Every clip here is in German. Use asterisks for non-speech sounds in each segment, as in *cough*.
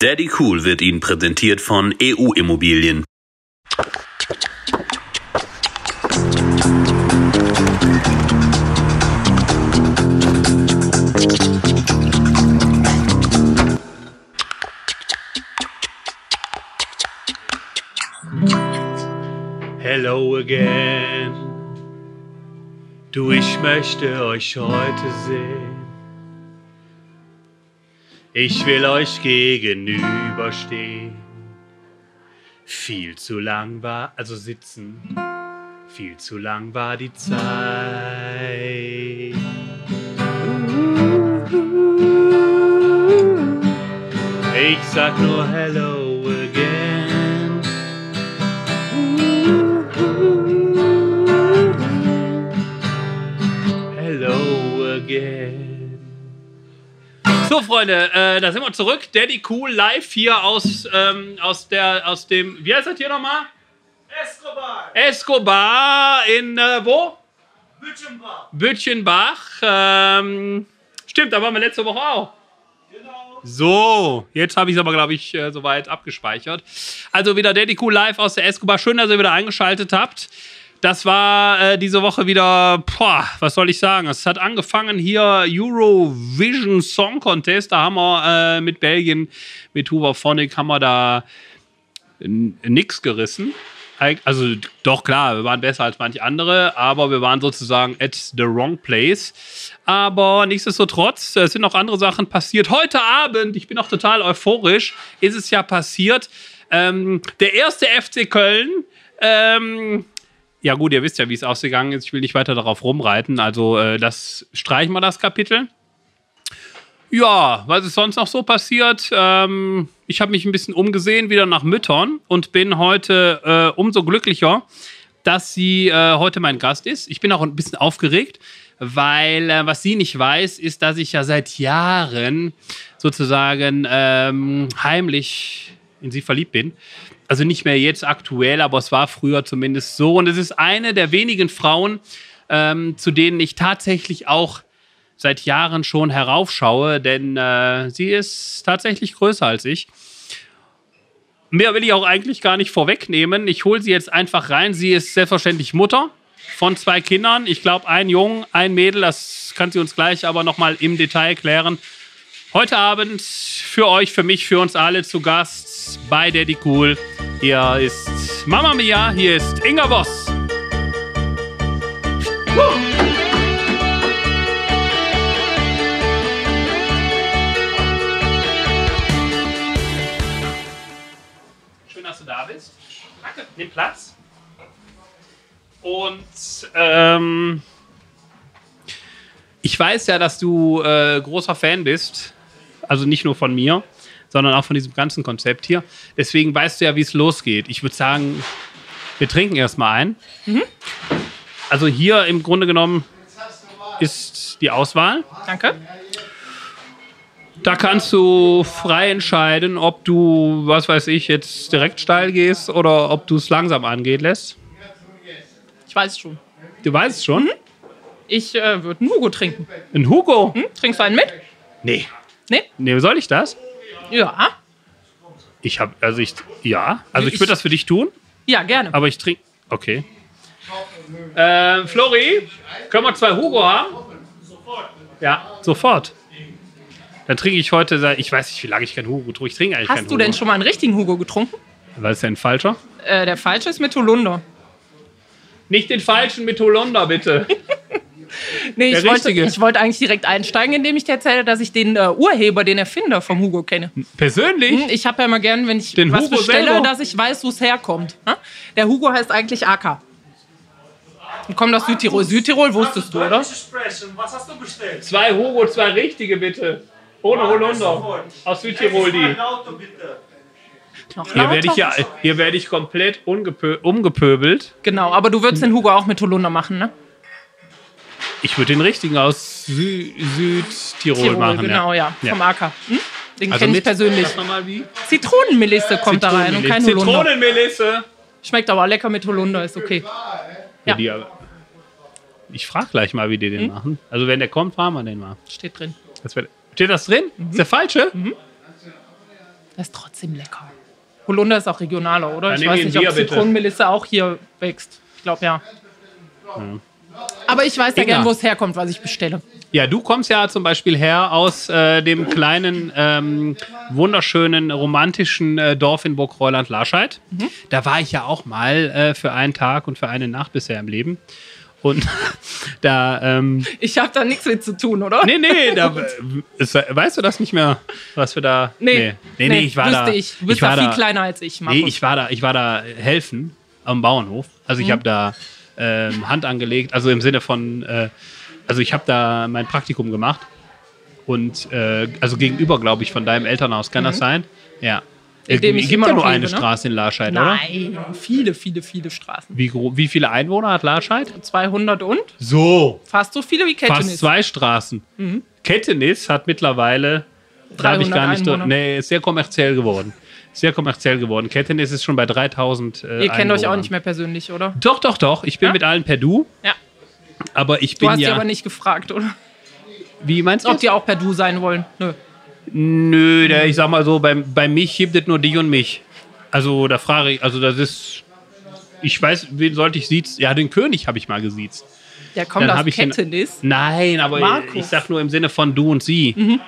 Daddy Cool wird Ihnen präsentiert von EU Immobilien. Hello again. Du, ich möchte euch heute sehen. Ich will euch gegenüberstehen. Viel zu lang war, also sitzen, viel zu lang war die Zeit. Ich sag nur hello again. Hello again. So, Freunde, äh, da sind wir zurück. Daddy Cool live hier aus, ähm, aus, der, aus dem, wie heißt das hier nochmal? Escobar. Escobar in, äh, wo? Bütchenbach. Ähm, stimmt, da waren wir letzte Woche auch. So, jetzt habe ich es aber, glaube ich, äh, soweit abgespeichert. Also wieder Daddy Cool live aus der Escobar. Schön, dass ihr wieder eingeschaltet habt. Das war äh, diese Woche wieder, boah, was soll ich sagen? Es hat angefangen hier Eurovision Song Contest. Da haben wir äh, mit Belgien, mit Huberphonic, haben wir da n- nix gerissen. Eig- Also doch klar, wir waren besser als manch andere, aber wir waren sozusagen at the wrong place. Aber nichtsdestotrotz, äh, es sind noch andere Sachen passiert. Heute Abend, ich bin noch total euphorisch, ist es ja passiert. Ähm, der erste FC Köln ähm, ja gut, ihr wisst ja, wie es ausgegangen ist. Ich will nicht weiter darauf rumreiten. Also äh, das streichen wir das Kapitel. Ja, was ist sonst noch so passiert? Ähm, ich habe mich ein bisschen umgesehen wieder nach Müttern und bin heute äh, umso glücklicher, dass sie äh, heute mein Gast ist. Ich bin auch ein bisschen aufgeregt, weil äh, was sie nicht weiß, ist, dass ich ja seit Jahren sozusagen ähm, heimlich in sie verliebt bin. Also nicht mehr jetzt aktuell, aber es war früher zumindest so. Und es ist eine der wenigen Frauen, ähm, zu denen ich tatsächlich auch seit Jahren schon heraufschaue, denn äh, sie ist tatsächlich größer als ich. Mehr will ich auch eigentlich gar nicht vorwegnehmen. Ich hole sie jetzt einfach rein. Sie ist selbstverständlich Mutter von zwei Kindern. Ich glaube, ein Jungen, ein Mädel. Das kann sie uns gleich aber nochmal im Detail klären. Heute Abend für euch, für mich, für uns alle zu Gast bei Daddy Cool. Hier ist Mama Mia, hier ist Inga Boss. Schön, dass du da bist. Danke. Nimm Platz. Und ähm, ich weiß ja, dass du äh, großer Fan bist. Also nicht nur von mir, sondern auch von diesem ganzen Konzept hier. Deswegen weißt du ja, wie es losgeht. Ich würde sagen, wir trinken erstmal ein. Also hier im Grunde genommen ist die Auswahl. Danke. Da kannst du frei entscheiden, ob du, was weiß ich, jetzt direkt steil gehst oder ob du es langsam angehen lässt. Ich weiß es schon. Du weißt es schon. Ich äh, würde einen Hugo trinken. Ein Hugo? Hm? Trinkst du einen mit? Nee. Nee? Mhm. Nee, soll ich das? Ja. Ich habe, also ich, ja. Also ich Ich- würde das für dich tun, Ja, gerne. aber ich trinke. Okay. Ähm, Flori, können wir zwei Hugo haben? Sofort. Ja, sofort. Dann trinke ich heute, seit- ich weiß nicht, wie lange ich kein Hugo trinke. Ich trinke eigentlich keinen Hast du denn schon mal einen richtigen Hugo getrunken? schon? Weil es ja ein falscher. Äh, der falsche ist mit Holunder. Nicht den falschen mit Holunder, bitte. Nee, Der ich wollte, richtige. ich wollte eigentlich direkt einsteigen, indem ich dir erzähle, dass ich den äh, Urheber, den Erfinder vom Hugo kenne. Persönlich? Hm, Ich habe ja immer gern, wenn ich Den was Hugo bestelle, selber? dass ich weiß, wo es herkommt. Hm? Der Hugo heißt eigentlich AK. Und kommt aus Südtirol. Südtirol wusstest du, oder? Sprechen. Was hast du bestellt? Zwei Hugo, zwei richtige, bitte. Ohne Holunder. Aus Südtirol, die. Auto bitte. Noch Hier werde ich, lauter? ja, hier werde ich komplett ungepö umgepöbelt. Genau, aber du würdest den Hugo auch mit Holunder machen, ne? Ich würde den richtigen aus Sü Südtirol Tirol, machen. genau, ja. Ja. Also Vom AK. Hm? Den kenne ich mit- persönlich. Sag mal, wie? Zitronenmelisse kommt da rein und kein Zitronenmelisse. Holunder. Zitronenmelisse. Schmeckt aber lecker mit Holunder, ist okay. Ja. die, aber- ich frage gleich mal, wie die Hm? den machen. Also, wenn der kommt, fahren wir den mal. Steht drin. Das wär, steht das drin? Ist der falsche? Das ist trotzdem lecker. Holunder ist auch regionaler, oder? Dann ich nehmen weiß wir ein nicht, ob Bier, bitte. Zitronenmelisse auch hier wächst. Ich glaube ja. Aber ich weiß ja Inga. gern, wo es herkommt, was ich bestelle. Ja, du kommst ja zum Beispiel her aus äh, dem kleinen, ähm, wunderschönen, romantischen äh, Dorf in Burg Reuland Larscheid. Mhm. Da war ich ja auch mal äh, für einen Tag und für eine Nacht bisher im Leben. Und *laughs* da, ähm, Ich habe da nichts mit zu tun, oder? nee, nee, *laughs* da, äh, es, weißt du das nicht mehr, was wir da, Nee, nee, nee, ich war wüsste da, Ich. Du bist war da viel da- kleiner als ich, Markus. Nee, ich war da, ich war da helfen am Bauernhof. Also Mhm. ich habe da ähm, Hand angelegt, also im Sinne von, äh, also ich habe da mein Praktikum gemacht und äh, also gegenüber, glaube ich, von deinem Elternhaus. Kann das sein? Ja. Es Mhm. dem ich gibt immer ja noch nur eine lebe, ne? Straße in Larscheid, oder? Nein, viele, viele, viele Straßen. Wie, gro- wie viele Einwohner hat Larscheid? 200 und? So, Fast so viele wie fast Kettenis. zwei Straßen. Mhm. Kettenis hat mittlerweile, darf ich 300 gar nicht, Einwohner. nee, ist sehr kommerziell geworden. Sehr kommerziell geworden. Kettenis ist schon bei 3000 äh, Ihr kennt euch auch Einwohnern. nicht mehr persönlich, oder? Doch, doch, doch. Ich bin Ja? mit allen per Du. Ja. Aber ich Du bin hast die ja. aber nicht gefragt, oder? wie meinst du? Ob das? die auch per Du sein wollen. Nö. Nö, der, ich sag mal so, bei, bei mich gibt es nur dich und mich. Also da frage ich, also das ist. Ich weiß, wen sollte ich siezen? Ja, den König habe ich mal gesiezt. Ja, komm, Dann das hab ich den- Kettenis. Nein, aber Markus. Mhm. ich sag nur im Sinne von du und sie.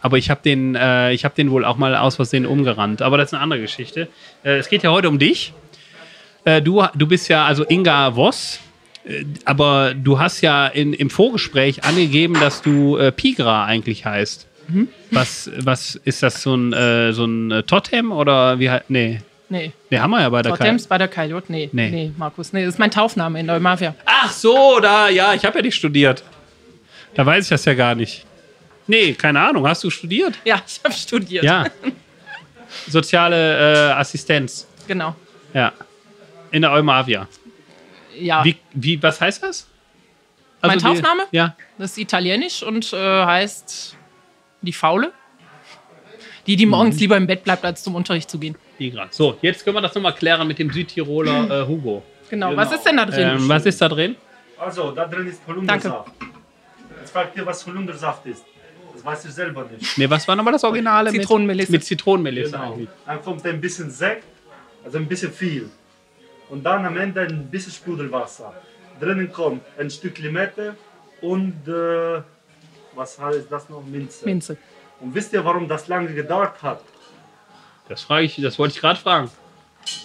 Aber ich habe den, äh, ich hab den wohl auch mal aus Versehen umgerannt. Aber das ist eine andere Geschichte. Äh, es geht ja heute um dich. Äh, du, du bist ja also Inga Voss. Äh, Aber du hast ja in, im Vorgespräch angegeben, dass du äh, Pigra eigentlich heißt. Mhm. Was, was ist das so ein, äh, so ein äh, Totem oder wie halt? Nee, Nee. nee, haben wir ja bei der Kai- Totems bei der Kajot? Nee. Nee. nee. Markus. Nee, das ist mein Taufname in Ah, der Mafia. Ach so, da, ja, ich habe ja nicht studiert. Da weiß ich das ja gar nicht. Nee, keine Ahnung, hast du studiert? Ja, *laughs* ich habe studiert. Ja. *laughs* Soziale äh, Assistenz, Genau. ja. In der Eumavia. Ja. Wie, wie, was heißt das? Also Mein die- Taufname? Ja. Das ist italienisch und äh, heißt die Faule. Die, die Mhm. morgens lieber im Bett bleibt, als zum Unterricht zu gehen. Igra. So, jetzt können wir das nochmal klären mit dem Südtiroler äh, Hugo. Genau. Was ist denn da drin? Ähm, was ist da drin? Also, da drin ist Holundersaft. Jetzt fragt ihr, was Holundersaft ist. Das weiß ich selber nicht. Nee, was war nochmal das Originale? mit- Zitronenmelisse. Mit Zitronenmelisse Genau. eigentlich. Dann kommt ein bisschen Sekt, also ein bisschen viel. Und dann am Ende ein bisschen Sprudelwasser. Drinnen kommt ein Stück Limette und äh, was heißt das noch? Minze. Minze. Und wisst ihr, warum das lange gedauert hat? Das frage ich, das wollte ich gerade fragen.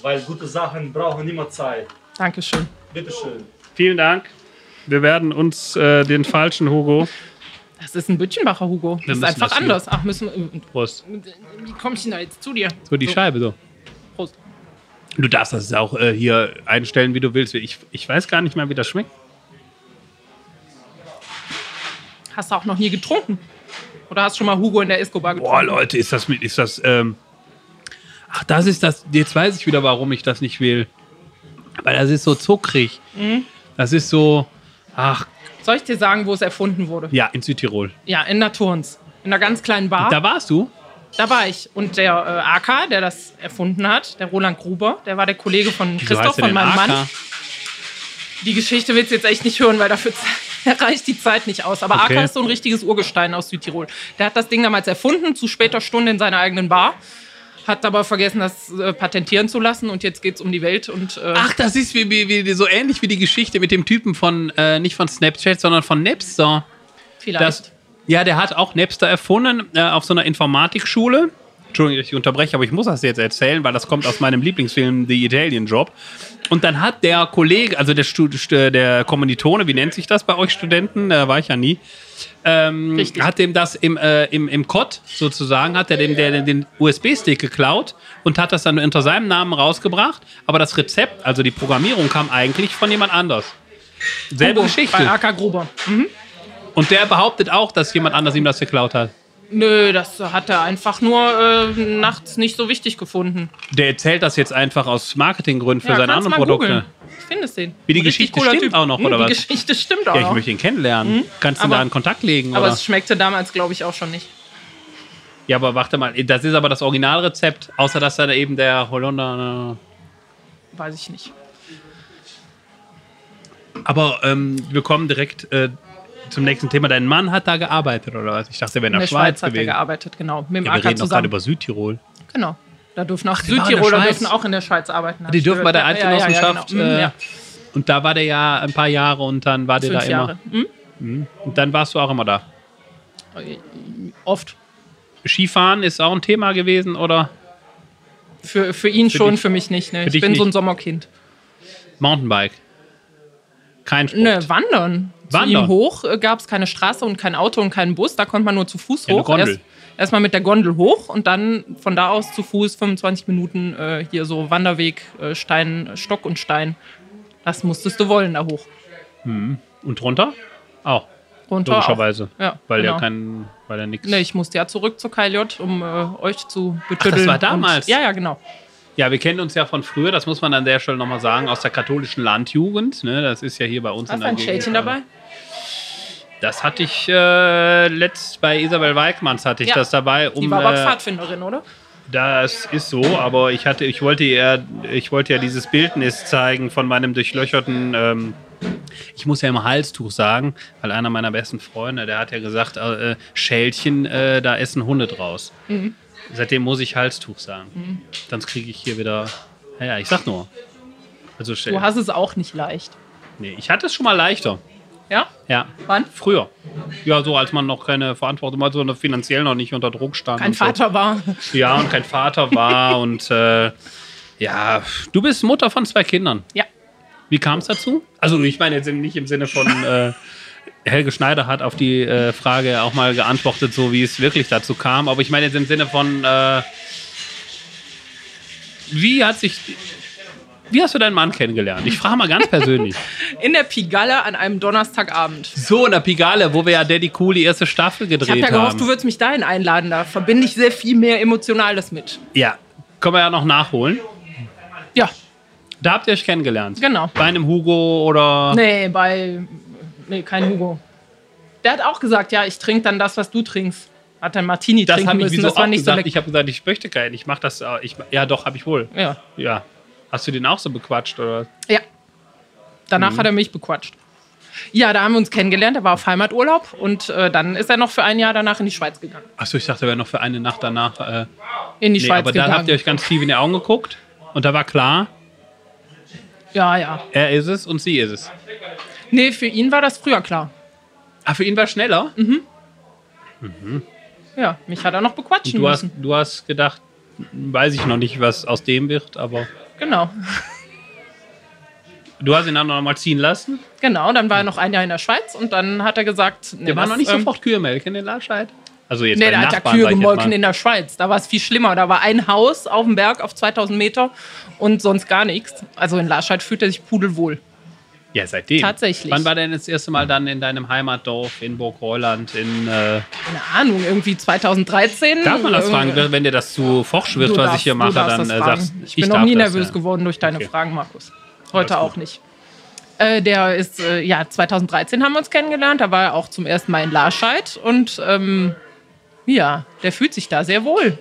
Weil gute Sachen brauchen immer Zeit. Dankeschön. Bitteschön. Vielen Dank. Wir werden uns äh, den falschen Hugo. Das ist ein Bütchenbacher Hugo. Das müssen ist einfach das hier- anders. Ach, müssen wir. Prost. Wie komme ich denn da jetzt zu dir? So die Scheibe so. Prost. Du darfst das auch äh, hier einstellen, wie du willst. Ich, ich weiß gar nicht mehr, wie das schmeckt. Hast du auch noch nie getrunken? Oder hast schon mal Hugo in der Escobar getrunken? Boah, Leute, ist das mit, ist das, ähm Ach, das ist das, jetzt weiß ich wieder, warum ich das nicht will. Weil das ist so zuckrig. Mhm. Das ist so, ach, Soll ich dir sagen, wo es erfunden wurde? ja, in Südtirol. Ja, in Naturns. In einer ganz kleinen Bar. Da, Da warst du? war ich. Und der äh, AK, der das erfunden hat, der Roland Gruber, der war der Kollege von Christoph, von meinem AK? Mann. Die Geschichte willst du jetzt echt nicht hören, weil dafür *laughs* reicht die Zeit nicht aus. Aber Okay. AK ist so ein richtiges Urgestein aus Südtirol. Der hat das Ding damals erfunden, zu später Stunde in seiner eigenen Bar. Hat aber vergessen, das äh, patentieren zu lassen. Und jetzt geht's um die Welt. Und, äh, Ach, das ist wie, wie, wie, so ähnlich wie die Geschichte mit dem Typen von, äh, nicht von Snapchat, sondern von Napster. vielleicht. Das, ja, der hat auch Napster erfunden äh, auf so einer Informatikschule. Entschuldigung, dass ich unterbreche, aber ich muss das jetzt erzählen, weil das kommt aus meinem Lieblingsfilm The Italian Job. Und dann hat der Kollege, also der, Stu Stu- der Kommilitone, wie nennt sich das bei euch Studenten? Da war ich ja nie. Ähm, Richtig. hat dem das im, äh, im, im Cod sozusagen, hat er dem der, den- den USB-Stick geklaut und hat das dann unter seinem Namen rausgebracht. Aber das Rezept, also die Programmierung, kam eigentlich von jemand anders. Selbe Hugo, Geschichte. Bei AK Gruber. Und der behauptet auch, dass jemand anders ihm das geklaut hat. Nö, das hat er einfach nur äh, nachts nicht so wichtig gefunden. Der erzählt das jetzt einfach aus Marketinggründen für Ja, seine kannst anderen mal Produkte. googeln. Ich finde es den. Wie, die Ein richtig Geschichte cooler stimmt auch noch, Hm, oder die was? Geschichte stimmt auch Ja, ich noch. möchte ihn kennenlernen. Kannst du ihn Mhm. Aber- da in Kontakt legen? Aber Oder? es schmeckte damals, glaube ich, auch schon nicht. Ja, aber warte mal, das ist aber das Originalrezept, außer dass da eben der Holländer. äh, Weiß ich nicht. Aber ähm, wir kommen direkt äh, zum nächsten Thema. Dein Mann hat da gearbeitet, oder was? Ich dachte, er wäre in der, In der Schweiz, Schweiz hat er gewesen. gearbeitet, genau. Mit dem ja, wir AK reden doch gerade zusammen. über Südtirol. Genau. Da dürfen auch die waren in der Südtiroler Schweiz. dürfen auch in der Schweiz arbeiten. hab Die ich dürfen bei gehört. der Ja, ja, ja, Eidgenossenschaft. genau. Mhm, äh, ja. Und da war der ja ein paar Jahre und dann war der da Fünf immer. Jahre. Mhm. Und dann warst du auch immer da. Oft. Skifahren ist auch ein Thema gewesen, oder? Für, für ihn schon, dich- für mich nicht. Ne? Ich dich bin so ein nicht. Sommerkind. Mountainbike. Kein Sport. Ne, wandern. Zu Wandern. ihm hoch gab es keine Straße und kein Auto und keinen Bus. Da konnte man nur zu Fuß Ja, eine hoch. Gondel. Erst- Erstmal mit der Gondel hoch und dann von da aus zu Fuß 25 Minuten äh, hier so Wanderweg, äh, Stein, Stock und Stein. Das musstest du wollen, da hoch. Und runter? Auch, Runter. logischerweise. Auch. Ja, Weil genau. ja kein, weil ja nichts. Ne, ich musste ja zurück zur KJ, um äh, euch zu betütteln. war und- damals. Ja, ja, genau. Ja, wir kennen uns ja von früher, das muss man an der Stelle nochmal sagen, aus der katholischen Landjugend. Ne? Das ist ja hier bei uns Hast du der ein Gegend. Schälchen dabei? Das hatte ich äh, letzt bei Isabel Weigmanns hatte ich Ja. das dabei. Um, Die war aber äh, Pfadfinderin, oder? Das ist so, aber ich hatte, ich wollte ja, ich wollte ja dieses Bildnis zeigen von meinem durchlöcherten. Ähm, ich muss ja im Halstuch sagen, weil einer meiner besten Freunde, der hat ja gesagt, äh, äh, Schälchen, äh, da essen Hunde draus. Mhm. Seitdem muss ich Halstuch sagen. Sonst kriege ich hier wieder. Ja, ja, ich sag nur. Also Du Schälchen. hast es auch nicht leicht. Nee, ich hatte es schon mal leichter. Ja? Ja, Wann? früher. Ja, so als man noch keine Verantwortung hatte, sondern finanziell noch nicht unter Druck stand. Kein und so. Vater war. *laughs* Ja, und kein Vater war und äh, ja, du bist Mutter von zwei Kindern. Ja. Wie kam es dazu? Also ich meine jetzt nicht im Sinne von äh, Helge Schneider hat auf die äh, Frage auch mal geantwortet, so wie es wirklich dazu kam. Aber ich meine jetzt im Sinne von äh, wie hat sich wie hast du deinen Mann kennengelernt? Ich frage mal ganz persönlich. In der Pigalle an einem *laughs* Donnerstagabend. so in der Pigale, wo wir ja Daddy Cool die erste Staffel gedreht Ich habe ja haben. gehofft, du würdest mich dahin einladen. Da verbinde ich sehr viel mehr Emotionales mit. ja, können wir ja noch nachholen. Ja, Da habt ihr euch kennengelernt. Genau. Bei einem Hugo oder nee, bei. Nee, kein Hugo. Der hat auch gesagt, ja, ich trinke dann das, was du trinkst. Hat dann Martini Das trinken habe ich müssen. wieso das war nicht gesagt. so lecker. ich habe gesagt, ich möchte keinen. Ich mache das. äh, Ich, ja, doch, habe ich wohl. Ja. Ja. Hast du den auch so bequatscht oder? ja. Mhm. Danach hat er mich bequatscht. Ja, da haben wir uns kennengelernt. Er war auf Heimaturlaub und äh, dann ist er noch für ein Jahr danach in die Schweiz gegangen. Achso, ich dachte, er wäre noch für eine Nacht danach. Äh, In die nee, Schweiz aber gegangen. dann habt ihr euch ganz tief in die Augen geguckt und da war klar, ja, ja. er ist es und sie ist es. Nee, für ihn war das früher klar. Ah, für ihn war schneller. Und Ja, mich hat er noch bequatschen du hast, müssen. du hast gedacht, weiß ich noch nicht, was aus dem wird, aber Genau. du hast ihn dann noch mal ziehen lassen. Genau, dann war er noch ein Jahr in der Schweiz und dann hat er gesagt, nee, Der war das, noch nicht ähm, sofort Kühe melken in Larscheid. Also jetzt Nee, bei da hat er Nachbarn, Kühe sag ich jetzt gemolken mal. in der Schweiz. Da war es viel schlimmer. Da war ein Haus auf dem Berg auf 2000 Meter und sonst gar nichts. Also in Larscheid fühlt er sich pudelwohl. Ja, seitdem. Tatsächlich. Wann war denn das erste Mal dann in deinem Heimatdorf in Burg Reuland in äh, Keine Ahnung, irgendwie 2013. Darf man das fragen, irgendwie- wenn dir das zu forsch wird, Äh, Du was darfst- ich hier du mache, darfst dann das äh, fragen. sagst Ich bin noch darf nie das, nervös ja. geworden durch deine Okay. Fragen, Markus. Alles Heute gut. auch nicht. Äh, der ist, äh, ja, 2013 haben wir uns kennengelernt. Da war er auch zum ersten Mal in Larscheid. Und ähm, ja, der fühlt sich da sehr wohl.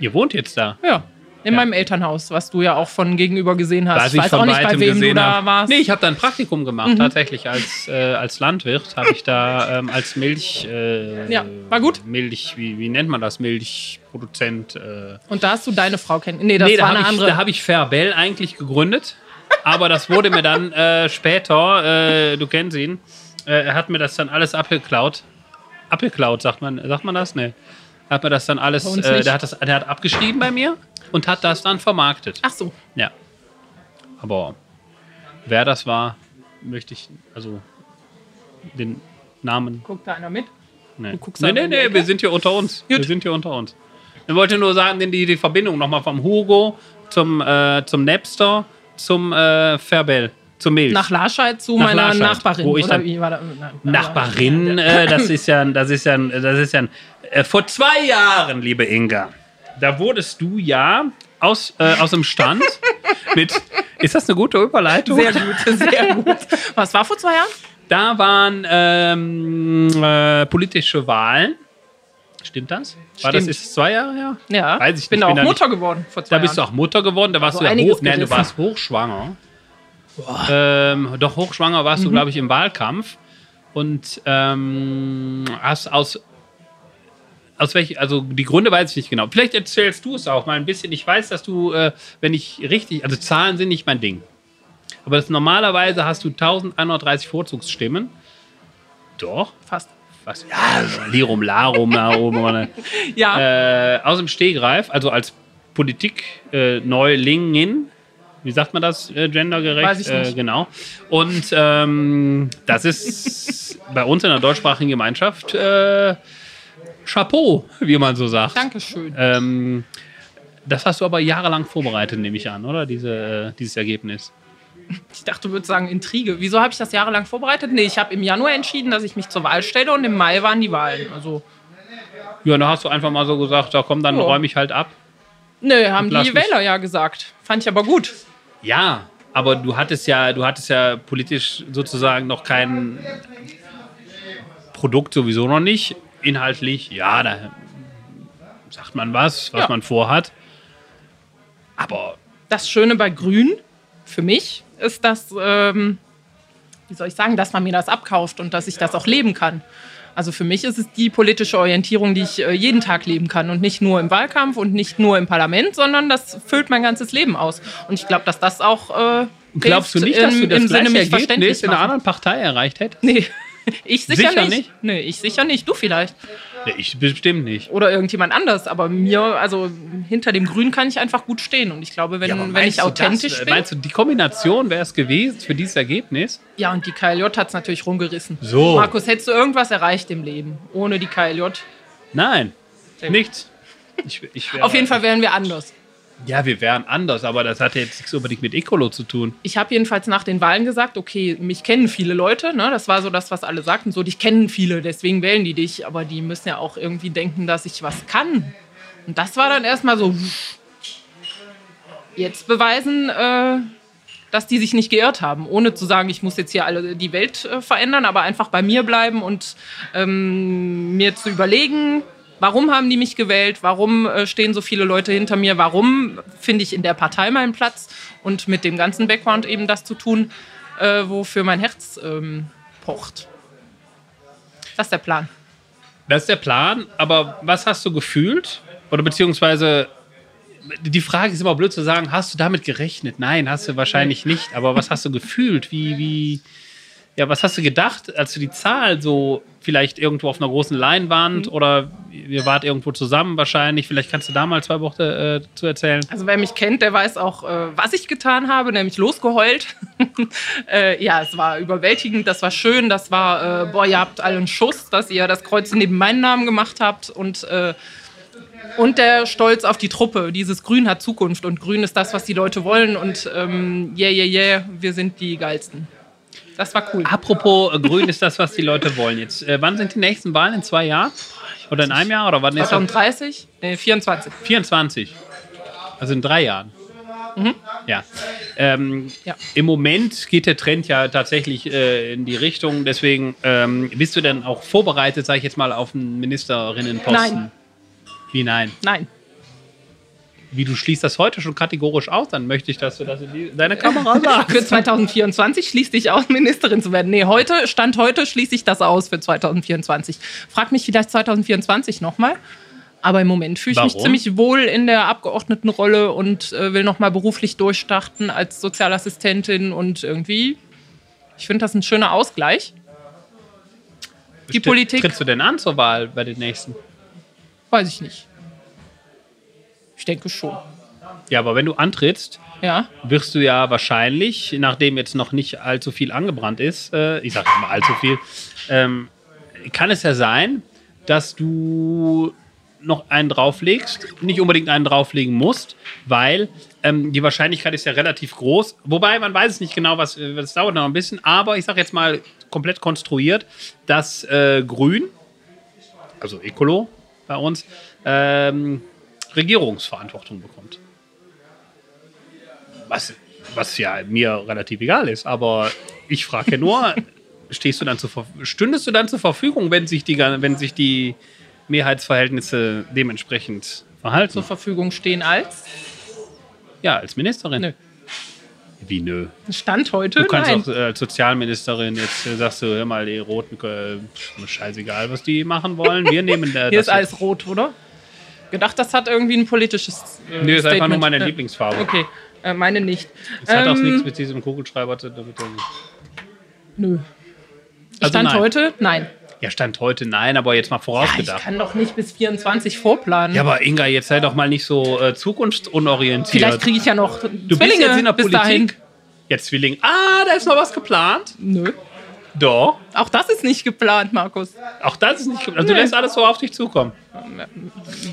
Ihr wohnt jetzt da. Ja, in Ja. meinem Elternhaus, was du ja auch von gegenüber gesehen hast. Was ich weiß auch nicht, bei wem du da habe. warst. Mhm. Nee, ich habe da ein Praktikum gemacht, tatsächlich als, äh, als Landwirt habe ich da ähm, als Milch. Äh, Ja, war gut. Milch, wie, wie nennt man das? Milchproduzent. Äh. Und da hast du deine Frau kennengelernt. Nee, das nee, da war habe eine ich, andere. da hab ich Fairbell eigentlich gegründet. Aber das wurde mir dann äh, später, äh, du kennst ihn, äh, er hat mir das dann alles abgeklaut. Abgeklaut, sagt man, sagt man das? Nee. Hat mir das dann alles, Bei uns äh, nicht. der, hat das, der hat abgeschrieben bei mir und hat das dann vermarktet. Ach so. Ja. Aber wer das war, möchte ich, also den Namen. Guckt da einer mit? Nee, guckst nee, aber nee, in die nee Ecke. wir sind hier unter uns. Wir Gut. sind hier unter uns. Ich wollte nur sagen, denn die, die Verbindung nochmal vom Hugo zum, äh, zum Napster zum äh, Fairbell, zum Milch. Nach Larscheid zu Nach meiner Larscheid, Nachbarin. wo ich Oder dann- wie war da? Nein, Nachbarin, äh, das ist ja, ein- das ist ja, ein- das ist ja ein, äh, vor zwei Jahren, liebe Inga, da wurdest du ja aus, äh, aus dem *laughs* Stand mit, ist das eine gute Überleitung? *laughs* Sehr gut, *laughs* sehr gut. Was war vor zwei Jahren? Da waren ähm, äh, politische Wahlen. Stimmt das? War das Stimmt. ist es zwei Jahre her? Ja. Weiß ich bin nicht, auch bin da Mutter geworden vor zwei Da bist du Jahren. auch Mutter geworden, da warst Also du ja einiges hoch, nein, du gerissen. warst hochschwanger. Ähm, doch hochschwanger warst Mhm. du, glaube ich, im Wahlkampf und ähm, hast aus aus welchen, also die Gründe weiß ich nicht genau. Vielleicht erzählst du es auch mal ein bisschen. Ich weiß, dass du, äh, wenn ich richtig, also Zahlen sind nicht mein Ding. Aber das, normalerweise hast du 1130 Vorzugsstimmen. Doch, Fast. was? Ja, Lirum Larum da *laughs* oben. oder? Ja, Äh, aus dem Stegreif, also als Politik äh, Neulingin. Wie sagt man das äh, gendergerecht? Weiß ich nicht. Äh, genau. Und ähm, das ist *laughs* bei uns in der deutschsprachigen Gemeinschaft äh, Chapeau, wie man so sagt. Dankeschön. Ähm, das hast du aber jahrelang vorbereitet, nehme ich an, oder? Diese, äh, dieses Ergebnis. Ich dachte, du würdest sagen Intrige. Wieso habe ich das jahrelang vorbereitet? Nee, ich habe im Januar entschieden, dass ich mich zur Wahl stelle und im Mai waren die Wahlen. Also, Ja, da hast du einfach mal so gesagt, da komm, dann Ja. räume ich halt ab. nee, haben Lass die mich. Wähler ja gesagt. Fand ich aber gut. Ja, aber du hattest ja, du hattest ja politisch sozusagen noch kein Produkt sowieso noch nicht. Inhaltlich, ja, da sagt man was, was Ja. man vorhat. Aber Das Schöne bei Grün für mich ist, dass, ähm, wie soll ich sagen, dass man mir das abkauft und dass ich das auch leben kann. Also für mich ist es die politische Orientierung, die ich äh, jeden Tag leben kann und nicht nur im Wahlkampf und nicht nur im Parlament, sondern das füllt mein ganzes Leben aus. Und ich glaube, dass das auch äh, glaubst du hilft, nicht, dass im- du das im Sinne gleiche mich verständlich Ergebnis in einer machen? anderen Partei erreicht hättest? Nee, *laughs* ich sicher, Sicher nicht. nicht? Nee, ich sicher nicht. Du vielleicht. Nee, ich bestimmt nicht. Oder irgendjemand anders. Aber mir, also hinter dem Grün kann ich einfach gut stehen. Und ich glaube, wenn, wenn ich authentisch das, äh, bin. Meinst du, die Kombination wäre es gewesen für dieses Ergebnis? ja, und die KLJ hat es natürlich rumgerissen. So. Markus, hättest du irgendwas erreicht im Leben ohne die KLJ? Nein, Sehr gut. nichts. Ich, ich wäre- Auf jeden Fall wären wir anders. Ja, wir wären anders, aber das hatte jetzt nichts unbedingt mit Ecolo zu tun. Ich habe jedenfalls nach den Wahlen gesagt, okay, mich kennen viele Leute, ne? das war so das, was alle sagten, so dich kennen viele, deswegen wählen die dich, aber die müssen ja auch irgendwie denken, dass ich was kann. Und das war dann erstmal so, pff. jetzt beweisen, äh, dass die sich nicht geirrt haben, ohne zu sagen, ich muss jetzt hier alle die Welt äh, verändern, aber einfach bei mir bleiben und ähm, mir zu überlegen, warum haben die mich gewählt, warum äh, stehen so viele Leute hinter mir, warum finde ich in der Partei meinen Platz und mit dem ganzen Background eben das zu tun, äh, wofür mein Herz ähm, pocht. Das ist der Plan. Das ist der Plan, aber was hast du gefühlt? Oder beziehungsweise, die Frage ist immer blöd zu sagen, hast du damit gerechnet? Nein, hast du wahrscheinlich nicht, aber was hast du gefühlt? Wie, wie, ja, was hast du gedacht, als du die Zahl so vielleicht irgendwo auf einer großen Leinwand oder ihr wart irgendwo zusammen wahrscheinlich, vielleicht kannst du da mal zwei Worte äh, zu erzählen. Also wer mich kennt, der weiß auch, äh, was ich getan habe, nämlich losgeheult. *laughs* äh, ja, es war überwältigend, das war schön, das war, äh, boah, ihr habt allen Schuss, dass ihr das Kreuz neben meinen Namen gemacht habt und, äh, und der Stolz auf die Truppe. Dieses Grün hat Zukunft und Grün ist das, was die Leute wollen und ähm, yeah, yeah, yeah, wir sind die Geilsten. Das war cool. Apropos, äh, grün ist das, was die Leute wollen jetzt. Äh, wann sind die nächsten Wahlen? In zwei Jahren? Oder in einem Jahr? Oder wann ist das? 2030? Nee, 24. 24. Also in drei Jahren. Ja. Ähm, Ja. Im Moment geht der Trend ja tatsächlich äh, in die Richtung. Deswegen ähm, bist du denn auch vorbereitet, sage ich jetzt mal, auf einen Ministerinnenposten? Nein. Wie nein? Nein. Wie du schließt das heute schon kategorisch aus, dann möchte ich, dass du das in die, deine *laughs* Kamera sagst. Für 2024 schließt dich aus, Ministerin zu werden. Nee, heute, Stand heute schließe ich das aus für 2024. Frag mich vielleicht 2024 nochmal. Aber im Moment fühle ich mich Warum? ziemlich wohl in der Abgeordnetenrolle und äh, will nochmal beruflich durchstarten als Sozialassistentin und irgendwie. Ich finde das ein schöner Ausgleich. Die Tritt- Politik, Trittst du denn an zur Wahl bei den nächsten? weiß ich nicht. Ich denke schon. Ja, aber wenn du antrittst, Ja. wirst du ja wahrscheinlich, nachdem jetzt noch nicht allzu viel angebrannt ist, äh, ich sage mal allzu viel, ähm, kann es ja sein, dass du noch einen drauflegst, nicht unbedingt einen drauflegen musst, weil ähm, die Wahrscheinlichkeit ist ja relativ groß. Wobei man weiß es nicht genau, was äh, das dauert noch ein bisschen, aber ich sage jetzt mal komplett konstruiert, dass äh, Grün, also Ecolo bei uns, ähm, Regierungsverantwortung bekommt was, was ja mir relativ egal ist, aber ich frage ja *laughs* nur, stehst du dann zur, Ver- stündest du dann zur Verfügung, wenn sich die, gan- wenn sich die Mehrheitsverhältnisse dementsprechend verhalten? Zur Verfügung stehen als. Ja, als Ministerin. Nö. Wie nö. Stand heute? Du kannst Nein. auch äh, als Sozialministerin jetzt äh, sagst du, hör mal, die Roten, äh, pff, mir scheißegal, was die machen wollen. Wir nehmen äh, Hier das ist alles rot, oder? Gedacht, das hat irgendwie ein politisches. Äh, Nö, ist einfach nur Statement. meine Ja. Lieblingsfarbe. Okay, äh, meine nicht. Das hat auch Ähm, nichts mit diesem Kugelschreiber zu tun. Nö. Also Stand nein. heute? Nein. Ja, Stand heute nein, aber jetzt mal Ich vorausgedacht. kann doch nicht bis 24 vorplanen. Ja, aber Inga, jetzt sei doch mal nicht so äh, zukunftsunorientiert. Vielleicht kriege ich ja noch du Zwillinge bist jetzt in der bis Politik. dahin. Ja, Zwilling. Ah, da ist noch was geplant. Nö. Doch. Auch das ist nicht geplant, Markus. Auch das ist nicht. Also du Nee. lässt alles so auf dich zukommen.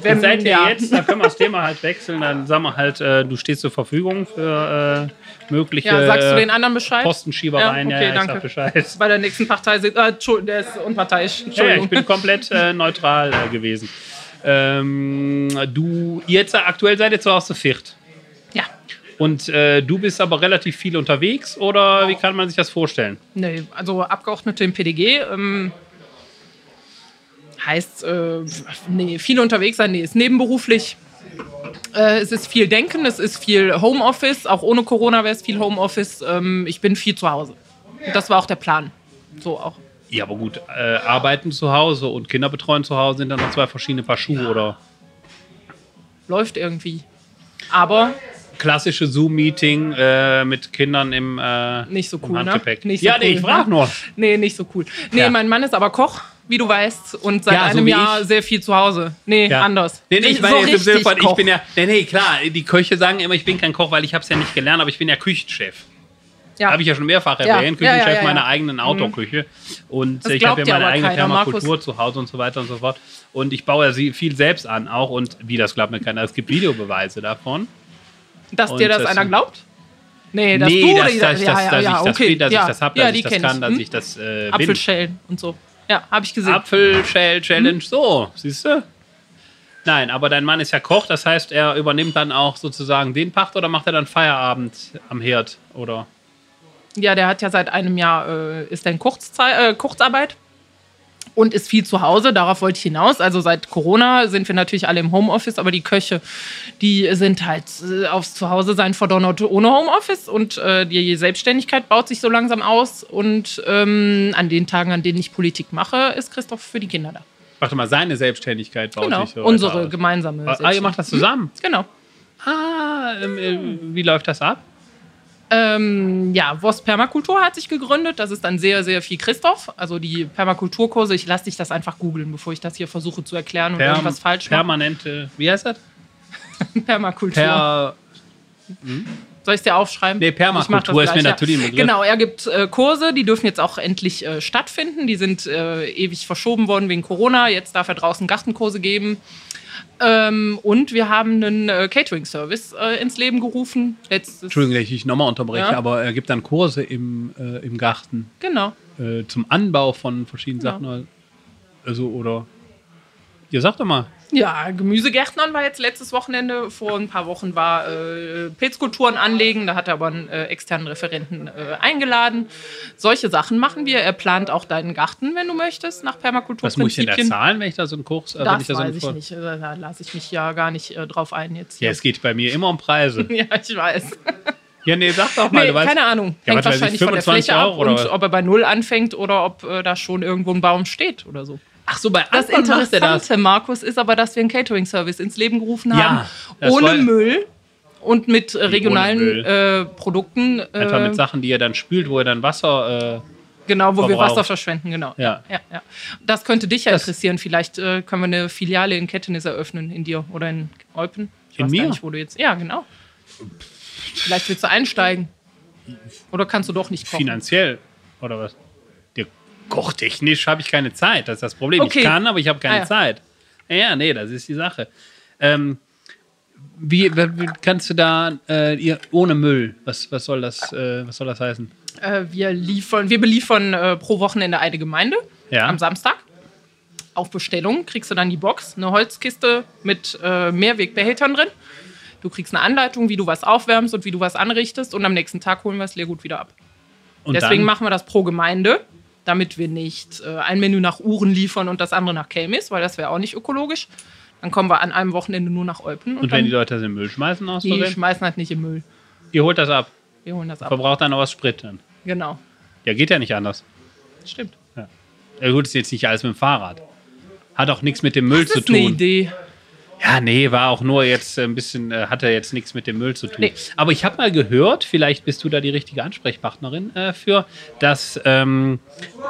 Wenn, Seid ihr ja. jetzt, dann können wir das Thema halt wechseln. Dann sagen wir halt, äh, du stehst zur Verfügung für äh, mögliche Ja, sagst du äh, den anderen Bescheid? Postenschiebereien. Ja, Ja, okay, ja, ich sag danke. *laughs* Bescheid. Bei der nächsten Partei sitzt. Äh, Entschu- der ist unparteiisch. Ja, ja, ich Entschuldigung. bin komplett äh, neutral äh, gewesen. Ähm, du, jetzt äh, aktuell seid ihr zwar aus der Viert. Ja. Und äh, du bist aber relativ viel unterwegs oder wie kann man sich das vorstellen? Nee, also Abgeordnete im PDG ähm, heißt, äh, nee, viel unterwegs sein, nee, ist nebenberuflich. Äh, es ist viel Denken, es ist viel Homeoffice. Auch ohne Corona wäre es viel Homeoffice. Ähm, ich bin viel zu Hause. Und das war auch der Plan. So auch. Ja, aber gut, äh, arbeiten zu Hause und Kinder betreuen zu Hause sind dann noch zwei verschiedene Paar Schuhe oder Läuft irgendwie. Aber klassische Zoom-Meeting äh, mit Kindern im, äh, Nicht so im cool, ne? Handgepäck. Nicht so ja, nee, cool, ich frag ne? nur. nee, nicht so cool. Nee, Ja. mein Mann ist aber Koch, wie du weißt, und seit Ja, so einem wie Jahr ich. sehr viel zu Hause. Nee, Ja. anders. Nee, nee, ich *laughs* Nicht meine jetzt im Sinne richtig von, ich Koch. bin ja, nee, nee, klar, die Köche sagen immer, ich bin kein Koch, weil ich habe es ja nicht gelernt, aber ich bin ja Küchenchef. ja. Habe ich ja schon mehrfach Ja. erwähnt, Ja, ja, Küchenchef ja, ja. meiner eigenen Outdoor-Küche. Und äh, Das ich habe glaubt ja ja meine aber eigene keiner, Markus. Thermakultur zu Hause und so weiter und so fort. Und ich baue ja sie- viel selbst an auch. Und wie das glaubt mir keiner, es gibt Videobeweise davon. Dass Und dir das das- einer glaubt? Nee, dass nee, du dass, dass, dass, die- dass ich das bin, dass ja. ich das habe, dass ja, die ich das kenn kann, dass Hm? ich das äh, bin. Apfelschälen und so. Ja, habe ich gesehen. Hm? Apfelschell-Challenge, so, siehst du? Nein, aber dein Mann ist ja Koch, das heißt, er übernimmt dann auch sozusagen den Pacht oder macht er dann Feierabend am Herd? Oder? ja, der hat ja seit einem Jahr, äh, ist dann Kurzzei äh, Kurzarbeit und ist viel zu Hause. Darauf wollte ich hinaus. Also seit Corona sind wir natürlich alle im Homeoffice, aber die Köche, die sind halt äh, aufs Zuhause sein verdonnert ohne Homeoffice und äh, die Selbstständigkeit baut sich so langsam aus. Und ähm, an den Tagen, an denen ich Politik mache, ist Christoph für die Kinder da. Warte mal, seine Selbstständigkeit baut Genau, sich so unsere weiter gemeinsame. aus. Ah, ihr macht das zusammen? Genau. Ah, ähm, äh, wie läuft das ab? Ähm, ja, Wost Permakultur hat sich gegründet. Das ist dann sehr, sehr viel Christoph. Also die Permakulturkurse. Ich lasse dich das einfach googeln, bevor ich das hier versuche zu erklären und Perm- irgendwas falsch mache. Permanente, wie heißt das? *laughs* Permakultur. Per, Soll ich es dir aufschreiben? Nee, Permakultur Ich mach das ist gleich, mir natürlich ein Begriff. Genau, er gibt äh, Kurse, die dürfen jetzt auch endlich äh, stattfinden. Die sind äh, ewig verschoben worden wegen Corona. Jetzt darf er draußen Gartenkurse geben. Ähm, und wir haben einen äh, Catering-Service äh, ins Leben gerufen. Letztes, Entschuldigung, dass ich nochmal unterbreche, Ja. aber er gibt dann Kurse im, äh, im Garten Genau. äh, zum Anbau von verschiedenen Genau. Sachen. oder- Also, oder. Ihr sagt doch mal. Ja, Gemüsegärtnern war jetzt letztes Wochenende. Vor ein paar Wochen war äh, Pilzkulturen anlegen. Da hat er aber einen äh, externen Referenten äh, eingeladen. Solche Sachen machen wir. Er plant auch deinen Garten, wenn du möchtest, nach Was muss ich denn da Permakulturprinzipien. zahlen, wenn ich da so einen Kurs, äh, wenn Das ich da so weiß einen ich Vor- nicht. Da da lasse ich mich ja gar nicht äh, drauf ein jetzt. Ja, es geht bei mir immer um Preise. *laughs* Ja, ich weiß. Ja, nee, sag doch mal, Nee, du weißt. keine Ahnung. Ja, was Hängt weiß ich, wahrscheinlich von der 25 Fläche ab Euro oder und was? ob er bei Null anfängt oder ob äh, da schon irgendwo ein Baum steht oder so. Ach so, bei Das anderen macht er Interessante, das. Markus, ist aber, dass wir einen Catering-Service ins Leben gerufen Ja, haben. das ohne wollte- Müll und mit äh, Müll? regionalen äh, Produkten. Äh, Einfach mit Sachen, die er dann spült, wo er dann Wasser. Äh, Genau, wo wir Verbrauch. Wasser verschwenden, genau. Ja. Ja, ja. Das könnte dich ja Das- interessieren. Vielleicht äh, können wir eine Filiale in Kettenis eröffnen, in dir oder in Eupen. Ich In weiß mir? gar nicht, wo du jetzt. Ja, genau. Vielleicht willst du einsteigen. Oder kannst du doch nicht kochen? finanziell oder was? Ja, kochtechnisch habe ich keine Zeit, das ist das Problem. Okay. Ich kann, aber ich habe keine Ah, ja. Zeit. Ja, nee, das ist die Sache. Ähm, wie, wie wie kannst du da äh, ihr, ohne Müll? Was, was soll das? Äh, was soll das heißen? Äh, wir liefern, wir beliefern äh, pro Wochenende eine Gemeinde Ja. am Samstag. Auf Bestellung kriegst du dann die Box, eine Holzkiste mit äh, Mehrwegbehältern drin. Du kriegst eine Anleitung, wie du was aufwärmst und wie du was anrichtest und am nächsten Tag holen wir das Leergut wieder ab. Und Deswegen dann, machen wir das pro Gemeinde, damit wir nicht äh, ein Menü nach Uhren liefern und das andere nach Kelmis, weil das wäre auch nicht ökologisch. Dann kommen wir an einem Wochenende nur nach Eupen und, und dann wenn die Leute das in den Müll schmeißen aus die Versehen, schmeißen halt nicht im Müll. ihr holt das ab. Wir holen das ab. Verbraucht dann noch was Sprit dann. Genau. Ja, geht ja nicht anders. Stimmt. Ja, gut, ist jetzt nicht alles mit dem Fahrrad. Hat auch nichts mit dem Müll Das zu ist eine tun. Idee. Ja, nee, war auch nur jetzt äh, ein bisschen, äh, hatte jetzt nichts mit dem Müll zu tun. Nee. Aber ich habe mal gehört, vielleicht bist du da die richtige Ansprechpartnerin äh, für, dass ähm,